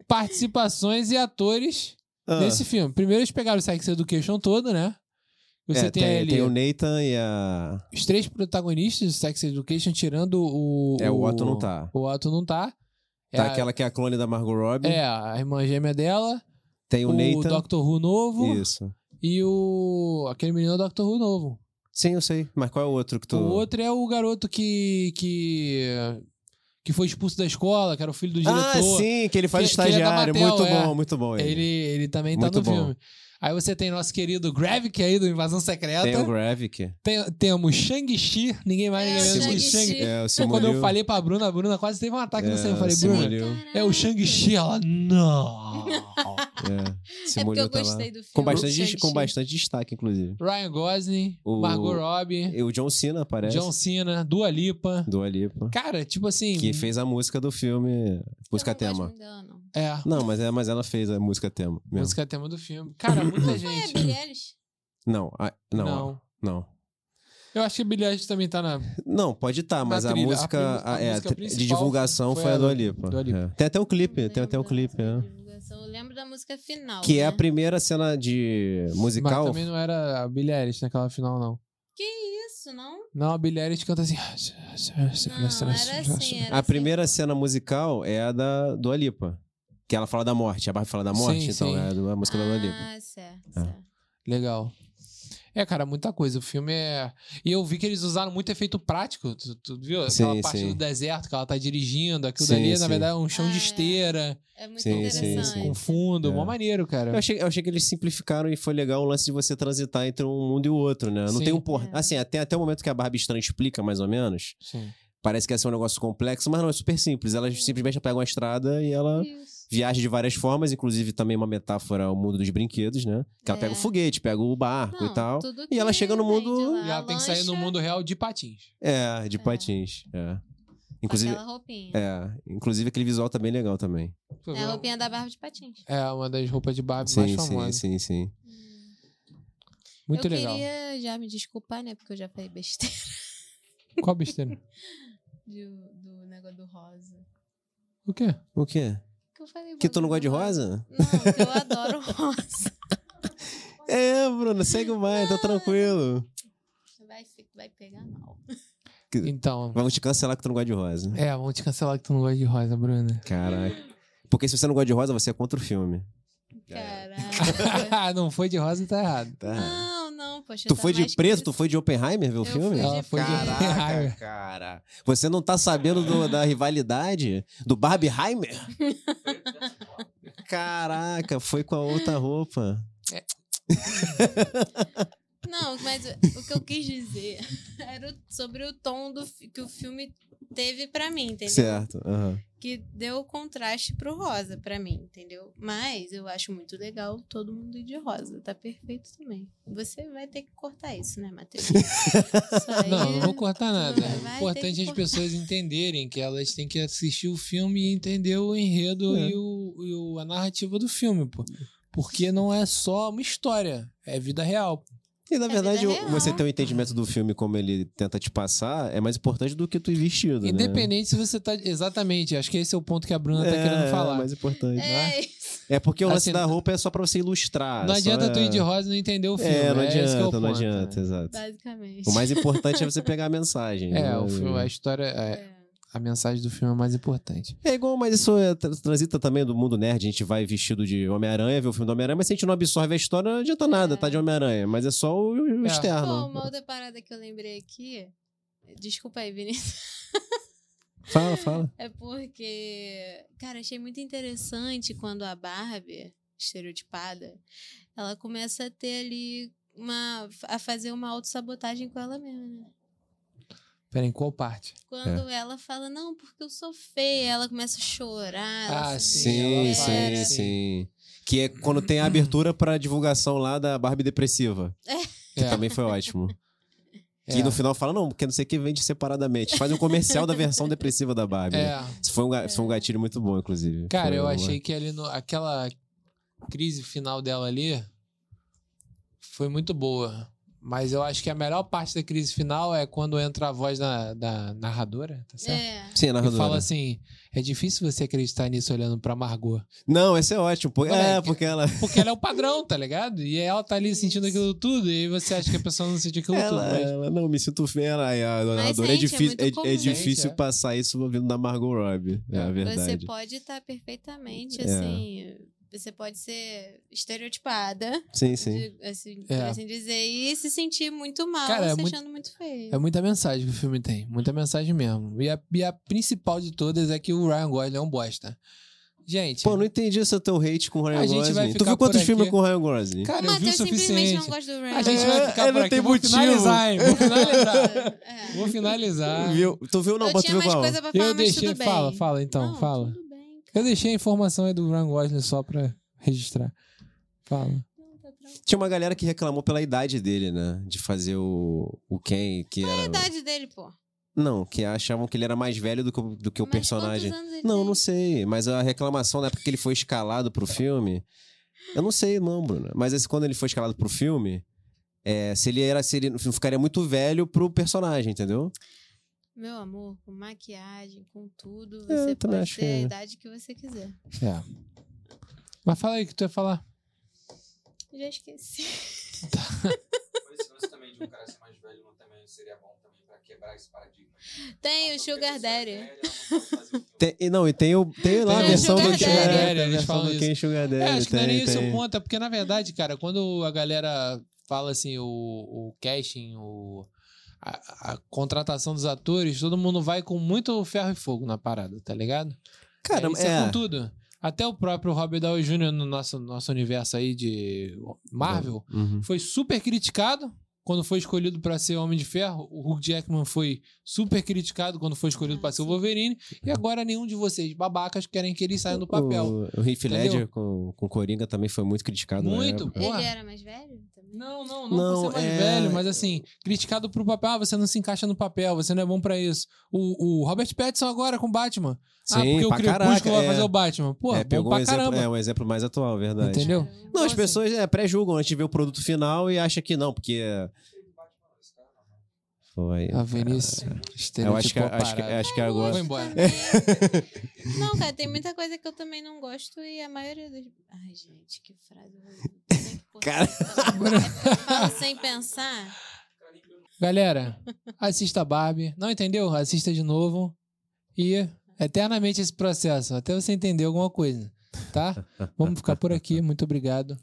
Speaker 2: participações e atores
Speaker 1: ah.
Speaker 2: nesse filme. Primeiro eles pegaram o Sex Education todo, né? Você
Speaker 1: É,
Speaker 2: tem, ali
Speaker 1: o Nathan e a...
Speaker 2: os três protagonistas do Sex Education, tirando o...
Speaker 1: É, o Otto não tá.
Speaker 2: O Otto não tá. É,
Speaker 1: Tá
Speaker 2: a-
Speaker 1: aquela que é a clone da Margot Robbie.
Speaker 2: é, a irmã gêmea dela,
Speaker 1: Tem o,
Speaker 2: o,
Speaker 1: Nathan.
Speaker 2: Doctor Who novo
Speaker 1: Isso.
Speaker 2: e o... aquele menino do Doctor Who novo.
Speaker 1: Sim, eu sei. Mas qual é o outro que tu...
Speaker 2: O outro é o garoto que... que... que foi expulso da escola, que era o filho do diretor.
Speaker 1: Ah, sim, que ele faz o
Speaker 2: Que- que ele é da
Speaker 1: estagiário.
Speaker 2: Mattel,
Speaker 1: muito
Speaker 2: é.
Speaker 1: bom, muito bom ele.
Speaker 2: Ele, ele também
Speaker 1: Muito
Speaker 2: tá no
Speaker 1: bom.
Speaker 2: filme. Aí você tem nosso querido Gravik aí do Invasão Secreta.
Speaker 1: Tem o Gravik.
Speaker 2: Tem- temos Shang-Chi, ninguém mais ninguém
Speaker 3: É,
Speaker 2: menos que
Speaker 3: Shang-Chi.
Speaker 2: Shang.
Speaker 1: É, o
Speaker 2: Pô, Quando eu
Speaker 1: Simonil.
Speaker 2: falei pra Bruna, a Bruna quase teve um ataque no
Speaker 1: É,
Speaker 2: céu. Eu falei,
Speaker 1: Simone
Speaker 2: Bruna,
Speaker 1: Liu.
Speaker 2: é o Shang-Chi. Ela, não.
Speaker 1: É,
Speaker 3: É porque
Speaker 1: Simonil
Speaker 3: eu
Speaker 1: tá lá.
Speaker 3: gostei do filme.
Speaker 1: Com
Speaker 3: do
Speaker 1: bastante,
Speaker 3: Shang-Chi.
Speaker 1: com bastante destaque, inclusive.
Speaker 2: [LAUGHS] Ryan Gosling,
Speaker 1: O- É.
Speaker 2: Margot Robbie,
Speaker 1: E o John Cena aparece.
Speaker 2: É. John Cena, Dua Lipa.
Speaker 1: Do Alipa.
Speaker 2: Cara, tipo assim...
Speaker 1: Que fez a música do filme. Música
Speaker 3: Eu não gosto
Speaker 1: tema.
Speaker 3: muito dela, não.
Speaker 2: É,
Speaker 1: Não, mas, é, mas ela fez a música tema mesmo.
Speaker 2: música é tema do filme. Cara, [LAUGHS] muita
Speaker 3: Foi a
Speaker 2: gente.
Speaker 3: É, Billie Eilish?
Speaker 1: Não, a- não, não.
Speaker 2: Não.
Speaker 1: não.
Speaker 2: Eu acho que a Billie Eilish também tá na...
Speaker 1: pode estar, mas
Speaker 2: Na
Speaker 1: a
Speaker 2: trilha, a
Speaker 1: música,
Speaker 2: prim- a
Speaker 1: a- é,
Speaker 2: música
Speaker 1: a tri- de
Speaker 2: principal
Speaker 1: divulgação
Speaker 2: foi
Speaker 1: foi,
Speaker 2: a
Speaker 1: a
Speaker 2: do-
Speaker 1: do Alipa.
Speaker 2: do Alipa.
Speaker 1: É. Tem até o clipe,
Speaker 3: Não
Speaker 1: tem até o
Speaker 3: lembro da
Speaker 1: clipe.
Speaker 3: música
Speaker 1: é.
Speaker 3: de divulgação. Eu lembro da música final.
Speaker 1: Que é a
Speaker 3: né?
Speaker 1: primeira cena de
Speaker 2: Mas
Speaker 1: musical.
Speaker 2: também não era a Billie Eilish naquela final, não.
Speaker 3: Que isso, não?
Speaker 2: Não, a Billie Eilish canta assim...
Speaker 3: Não, era assim. Era
Speaker 1: A
Speaker 3: assim.
Speaker 1: primeira cena musical é a da do Alipa. Que ela fala da morte. A Barbie fala da morte,
Speaker 2: Sim,
Speaker 1: então
Speaker 2: sim.
Speaker 1: é a do- a música da Dua Lipa.
Speaker 3: Ah, certo,
Speaker 1: Ah.
Speaker 3: certo.
Speaker 2: Legal. É, cara, muita coisa. O filme é. E eu vi que eles usaram muito efeito prático. Tu, tu viu? Aquela
Speaker 1: Sim,
Speaker 2: parte
Speaker 1: sim.
Speaker 2: do deserto que ela tá dirigindo, aquilo
Speaker 1: Sim,
Speaker 2: dali, na
Speaker 1: sim.
Speaker 2: verdade, é um chão
Speaker 3: Ah,
Speaker 2: de
Speaker 3: é.
Speaker 2: esteira,
Speaker 3: É muito
Speaker 1: Sim, sim,
Speaker 3: interessante.
Speaker 1: sim.
Speaker 2: com fundo.
Speaker 1: É.
Speaker 2: Mó maneiro,
Speaker 1: Eu
Speaker 2: cara.
Speaker 1: achei, eu achei que eles simplificaram e foi legal o lance de você transitar entre um mundo e o outro, né? Não
Speaker 2: Sim.
Speaker 1: tem um por...
Speaker 3: É.
Speaker 1: Assim, até, até o momento que a Barbie estranha explica, mais ou menos,
Speaker 2: Sim.
Speaker 1: parece que ia ser um negócio complexo, mas não, é super simples. Ela simplesmente pega uma estrada e ela
Speaker 3: Isso.
Speaker 1: viaja de várias formas, inclusive também uma metáfora ao mundo dos brinquedos, né? Que ela
Speaker 3: É.
Speaker 1: pega o foguete, pega o barco
Speaker 3: Não,
Speaker 1: e tal.
Speaker 3: tudo
Speaker 1: E ela
Speaker 3: que
Speaker 1: chega no
Speaker 3: vem de
Speaker 1: mundo-
Speaker 2: E
Speaker 3: lá,
Speaker 2: ela tem que sair no
Speaker 3: lancha.
Speaker 2: mundo real de patins.
Speaker 1: É, de
Speaker 3: É.
Speaker 1: patins. É. Inclusive,
Speaker 3: Aquela roupinha.
Speaker 1: é, inclusive aquele visual tá bem legal também.
Speaker 3: É a roupinha da Barbie de patins.
Speaker 2: É uma das roupas de Barbie mais
Speaker 1: Sim, sim,
Speaker 2: famosas.
Speaker 1: sim, sim.
Speaker 2: Muito
Speaker 3: eu
Speaker 2: legal.
Speaker 3: queria já me desculpar, né? Porque eu já falei besteira [LAUGHS]
Speaker 2: Qual besteira?
Speaker 3: do, do negócio do rosa.
Speaker 2: O quê?
Speaker 1: O quê?
Speaker 3: Que, eu falei
Speaker 1: Que tu não gosta de
Speaker 3: bagulho do
Speaker 1: rosa?
Speaker 3: Não, que eu adoro [LAUGHS] rosa.
Speaker 1: É, Bruno, segue o baile, tá tranquilo.
Speaker 3: Vai, fi- vai pegar mal.
Speaker 2: Então,
Speaker 1: Vamos te cancelar que tu não gosta de
Speaker 3: [LAUGHS]
Speaker 1: rosa.
Speaker 2: é, vamos te cancelar que tu não gosta de rosa, Bruna.
Speaker 1: Caraca. Porque se você não gosta de rosa, você é contra o filme. [LAUGHS]
Speaker 2: [LAUGHS]
Speaker 3: Caraca.
Speaker 2: não foi de rosa, tá errado.
Speaker 1: Tá.
Speaker 3: Não, não, poxa.
Speaker 1: Tu
Speaker 3: tá
Speaker 1: foi de
Speaker 3: Ah, mais
Speaker 1: preto?
Speaker 3: que-
Speaker 1: Tu foi de Oppenheimer ver o
Speaker 3: Eu
Speaker 1: filme?
Speaker 3: fui de
Speaker 2: Ela foi de
Speaker 3: preto.
Speaker 1: Caraca,
Speaker 2: Oppenheimer.
Speaker 1: cara. Você não tá sabendo do- da rivalidade do Barbieheimer? Caraca, foi com a outra roupa.
Speaker 3: Não, mas o que eu quis dizer [LAUGHS] era o- sobre o tom do, fi- que o filme teve pra mim, entendeu?
Speaker 1: Certo. aham.
Speaker 3: que deu contraste pro rosa pra mim, entendeu? Mas eu acho muito legal todo mundo ir de rosa, tá perfeito também. Você vai ter que cortar isso, né, Matheus? Isso aí-
Speaker 2: Não, não vou
Speaker 3: [LAUGHS]
Speaker 2: cortar nada.
Speaker 3: Vai ter
Speaker 2: O
Speaker 3: que
Speaker 2: importante é as
Speaker 3: cortar.
Speaker 2: pessoas entenderem que elas têm que assistir o filme e entender o enredo
Speaker 1: É.
Speaker 2: e, o, e o- a narrativa do filme, pô. Porque não é só uma história, é vida real.
Speaker 1: E na
Speaker 3: É
Speaker 1: verdade,
Speaker 3: vida real.
Speaker 1: você ter o entendimento do filme como ele tenta te passar é mais importante do que tu ir vestido. Né?
Speaker 2: Independente se você tá. Exatamente, acho que esse é o ponto que a Bruna tá
Speaker 1: É,
Speaker 2: querendo falar.
Speaker 1: É, mais importante.
Speaker 3: É,
Speaker 1: É porque o lance
Speaker 2: Assim,
Speaker 1: da roupa é só pra você ilustrar.
Speaker 2: não
Speaker 1: só
Speaker 2: adianta
Speaker 1: é...
Speaker 2: tu ir de rosa e não entender o filme.
Speaker 1: É, não
Speaker 2: esse que é o
Speaker 1: adianta, não
Speaker 2: ponto,
Speaker 1: adianta,
Speaker 2: né?
Speaker 1: exato.
Speaker 3: basicamente.
Speaker 1: O mais importante é você pegar a mensagem.
Speaker 2: [LAUGHS] É,
Speaker 1: né?
Speaker 2: o filme, a história, é,
Speaker 3: É.
Speaker 2: a mensagem do filme é mais importante.
Speaker 1: É igual, mas isso é, tra- transita também do mundo nerd. A gente vai vestido de Homem-Aranha, vê o filme do Homem-Aranha, mas se a gente não absorve a história, não adianta nada, tá de Homem-Aranha. Mas é só o, o
Speaker 2: É.
Speaker 3: Pô,
Speaker 1: externo.
Speaker 3: uma outra parada que eu lembrei aqui. Desculpa aí, Vinícius. [LAUGHS]
Speaker 1: Fala, fala.
Speaker 3: É porque, cara, achei muito interessante quando a Barbie, estereotipada, ela começa a ter ali uma. a fazer uma autossabotagem com ela mesma, né?
Speaker 2: Peraí, qual parte?
Speaker 3: Quando ela fala, não, porque eu sou feia, ela começa a chorar. ela
Speaker 2: Ah,
Speaker 3: se né?
Speaker 1: Sim,
Speaker 2: ela é,
Speaker 1: sim,
Speaker 3: desespera.
Speaker 2: aparece.
Speaker 1: sim. Que é quando tem a abertura pra divulgação lá da Barbie [LAUGHS] depressiva. Que
Speaker 2: É,
Speaker 1: também foi ótimo.
Speaker 2: é,
Speaker 1: Que no final fala, não, porque não sei o que vende separadamente. Faz um comercial da versão depressiva da Barbie. né?
Speaker 2: é.
Speaker 1: Isso foi um, ga- isso foi um gatilho muito bom, inclusive.
Speaker 2: Cara,
Speaker 1: Foi um
Speaker 2: eu
Speaker 1: uma-
Speaker 2: achei que ali no, aquela crise final dela ali foi muito boa. Mas eu acho que a melhor parte da crise final é quando entra a voz da, da narradora, tá certo?
Speaker 3: É.
Speaker 1: Sim, a
Speaker 2: E
Speaker 1: narradora.
Speaker 2: fala assim: é difícil você acreditar nisso olhando pra Margot.
Speaker 1: Não, esse é ótimo. pô. É,
Speaker 2: Moleque.
Speaker 1: porque ela.
Speaker 2: Porque ela é o padrão, tá ligado? E ela tá ali sentindo aquilo tudo, e aí você acha que a pessoa não sentiu aquilo tudo.
Speaker 1: Ela,
Speaker 2: mas-
Speaker 1: ela, não, me sinto feia. Ela, aí a
Speaker 3: Mas,
Speaker 1: narradora é
Speaker 3: gente, é
Speaker 1: difícil,
Speaker 3: muito
Speaker 1: é- é,
Speaker 3: comum.
Speaker 1: difícil
Speaker 2: Gente, é.
Speaker 1: passar isso ouvindo da Margot Robbie. É, a
Speaker 3: Você
Speaker 1: verdade.
Speaker 3: pode estar perfeitamente,
Speaker 1: É.
Speaker 3: assim. Você pode ser estereotipada,
Speaker 1: Sim, sim.
Speaker 3: de- assim,
Speaker 2: É.
Speaker 3: por assim dizer, e se sentir muito mal,
Speaker 2: Cara, é
Speaker 3: se
Speaker 2: muito-
Speaker 3: achando muito feio.
Speaker 2: É muita mensagem que o filme tem. Muita mensagem mesmo. E a, e a principal de todas é que o Ryan Gosling é um bosta. Gente,
Speaker 1: Pô, não entendi esse teu hate com o Ryan
Speaker 2: A gente vai
Speaker 1: Gosling. Tu
Speaker 2: ficar
Speaker 1: viu quantos
Speaker 2: por
Speaker 1: filmes
Speaker 2: aqui.
Speaker 1: com o Ryan Gosling?
Speaker 3: o
Speaker 2: cara, eu vi o
Speaker 3: Matheus simplesmente
Speaker 2: suficiente.
Speaker 3: não gosta do Ryan.
Speaker 2: A gente vai
Speaker 1: É,
Speaker 2: ficar por
Speaker 1: não
Speaker 2: aqui.
Speaker 1: tem
Speaker 2: vou
Speaker 1: motivo.
Speaker 2: finalizar, hein? Vou finalizar.
Speaker 1: [LAUGHS]
Speaker 2: [LAUGHS]
Speaker 3: É.
Speaker 2: Vou finalizar.
Speaker 1: Viu? Tu viu não?
Speaker 3: Eu
Speaker 1: Bota
Speaker 3: tinha
Speaker 1: viu
Speaker 3: mais
Speaker 1: qual?
Speaker 3: coisa pra falar,
Speaker 2: Eu
Speaker 3: mas
Speaker 2: deixei.
Speaker 3: tudo bem.
Speaker 2: Fala, fala então,
Speaker 3: Não,
Speaker 2: fala.
Speaker 3: Tudo bem,
Speaker 2: Eu
Speaker 3: cara.
Speaker 2: deixei a informação aí do Ryan Gosling só pra registrar. Fala.
Speaker 3: Não, tá tranquilo.
Speaker 1: Tinha uma galera que reclamou pela idade dele, né? De fazer o, o Ken, que
Speaker 3: A
Speaker 1: era.
Speaker 3: idade dele, pô.
Speaker 1: Não, que achavam que ele era mais velho do que, o- do que o
Speaker 3: Mas
Speaker 1: personagem.
Speaker 3: quantos anos ele
Speaker 1: Não,
Speaker 3: tem?
Speaker 1: não sei. Mas a reclamação na época que ele foi escalado pro filme. Eu não sei, não, Bruna. Mas esse, quando ele foi escalado pro filme, é, se ele era. Se ele não ficaria muito velho pro personagem, entendeu?
Speaker 3: Meu amor, com maquiagem, com tudo, você
Speaker 1: É, eu também
Speaker 3: pode
Speaker 1: acho
Speaker 3: ter a
Speaker 1: que-
Speaker 3: idade que você quiser.
Speaker 2: É. Mas fala aí o que tu ia falar.
Speaker 3: Já esqueci. [LAUGHS]
Speaker 4: Mas esse lance também de um cara ser mais velho não também seria bom também pra quebrar esse paradigma.
Speaker 3: Tem o
Speaker 4: é
Speaker 3: Sugar
Speaker 4: né?
Speaker 3: Daddy.
Speaker 2: [LAUGHS]
Speaker 1: Tem- e não, e tem, o, tem lá a
Speaker 3: Tem o
Speaker 1: versão do
Speaker 3: Sugar
Speaker 1: Ken.
Speaker 3: Daddy,
Speaker 1: é,
Speaker 2: eles
Speaker 1: tem a versão
Speaker 2: falam
Speaker 1: do Ken Sugar Daddy.
Speaker 2: É, acho que não é
Speaker 1: tem,
Speaker 2: nem isso
Speaker 1: tem.
Speaker 2: o ponto, é porque na verdade, cara, quando a galera fala assim, o, o casting, o, a, a contratação dos atores, todo mundo vai com muito ferro e fogo na parada, tá ligado?
Speaker 1: Cara,
Speaker 2: é, isso é, com tudo. Até o próprio Robert Downey Jr. no nosso, nosso universo aí de Marvel
Speaker 1: Uhum.
Speaker 2: foi super criticado quando foi escolhido pra ser Homem de Ferro. O Hugh Jackman foi super criticado quando foi escolhido
Speaker 3: Ah,
Speaker 2: pra ser o
Speaker 3: sim.
Speaker 2: Wolverine. E agora nenhum de vocês, babacas, querem que ele saia do papel.
Speaker 1: O, o Heath
Speaker 2: Entendeu?
Speaker 1: Ledger com, com Coringa também foi muito criticado. né? É. na
Speaker 2: Muito.
Speaker 1: época.
Speaker 2: Porra.
Speaker 3: Ele era mais velho também?
Speaker 2: Não, não, não,
Speaker 1: Não,
Speaker 2: por ser mais
Speaker 1: é-
Speaker 2: velho, mas assim, criticado pro papel, ah, você não se encaixa no papel, você não é bom pra isso. O, o Robert Pattinson agora com Batman. ah,
Speaker 1: Sim,
Speaker 2: porque o
Speaker 1: pra caraca,
Speaker 2: Crepúsculo vai
Speaker 1: é.
Speaker 2: fazer o Batman. Pô,
Speaker 1: é,
Speaker 2: bom
Speaker 1: pegou um
Speaker 2: pra
Speaker 1: exemplo,
Speaker 2: caramba.
Speaker 1: é um exemplo mais atual, verdade.
Speaker 2: Entendeu?
Speaker 3: Caramba.
Speaker 1: Não, as
Speaker 3: Assim,
Speaker 1: pessoas é, pré-julgam, a gente vê o produto final e acha que não, porque. Foi.
Speaker 2: A Vinícius,
Speaker 1: é. Eu acho que, é,
Speaker 2: estereotipou a
Speaker 1: acho que,
Speaker 2: parada.
Speaker 1: acho que agora.
Speaker 2: Vou
Speaker 1: [LAUGHS]
Speaker 2: embora.
Speaker 3: também. não, cara, tem muita coisa que eu também não gosto e a maioria dos. Ai, gente, que frase. horrível. Tem que cortar
Speaker 1: Cara.
Speaker 3: essa
Speaker 1: [LAUGHS]
Speaker 3: parte. Falo sem pensar.
Speaker 2: Galera, assista Barbie. Não entendeu? Assista de novo. E eternamente esse processo, até você entender alguma coisa,
Speaker 1: [LAUGHS]
Speaker 2: tá? Vamos ficar por aqui. Muito obrigado.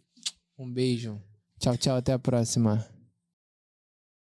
Speaker 2: Um beijo. Tchau, tchau. Até a próxima.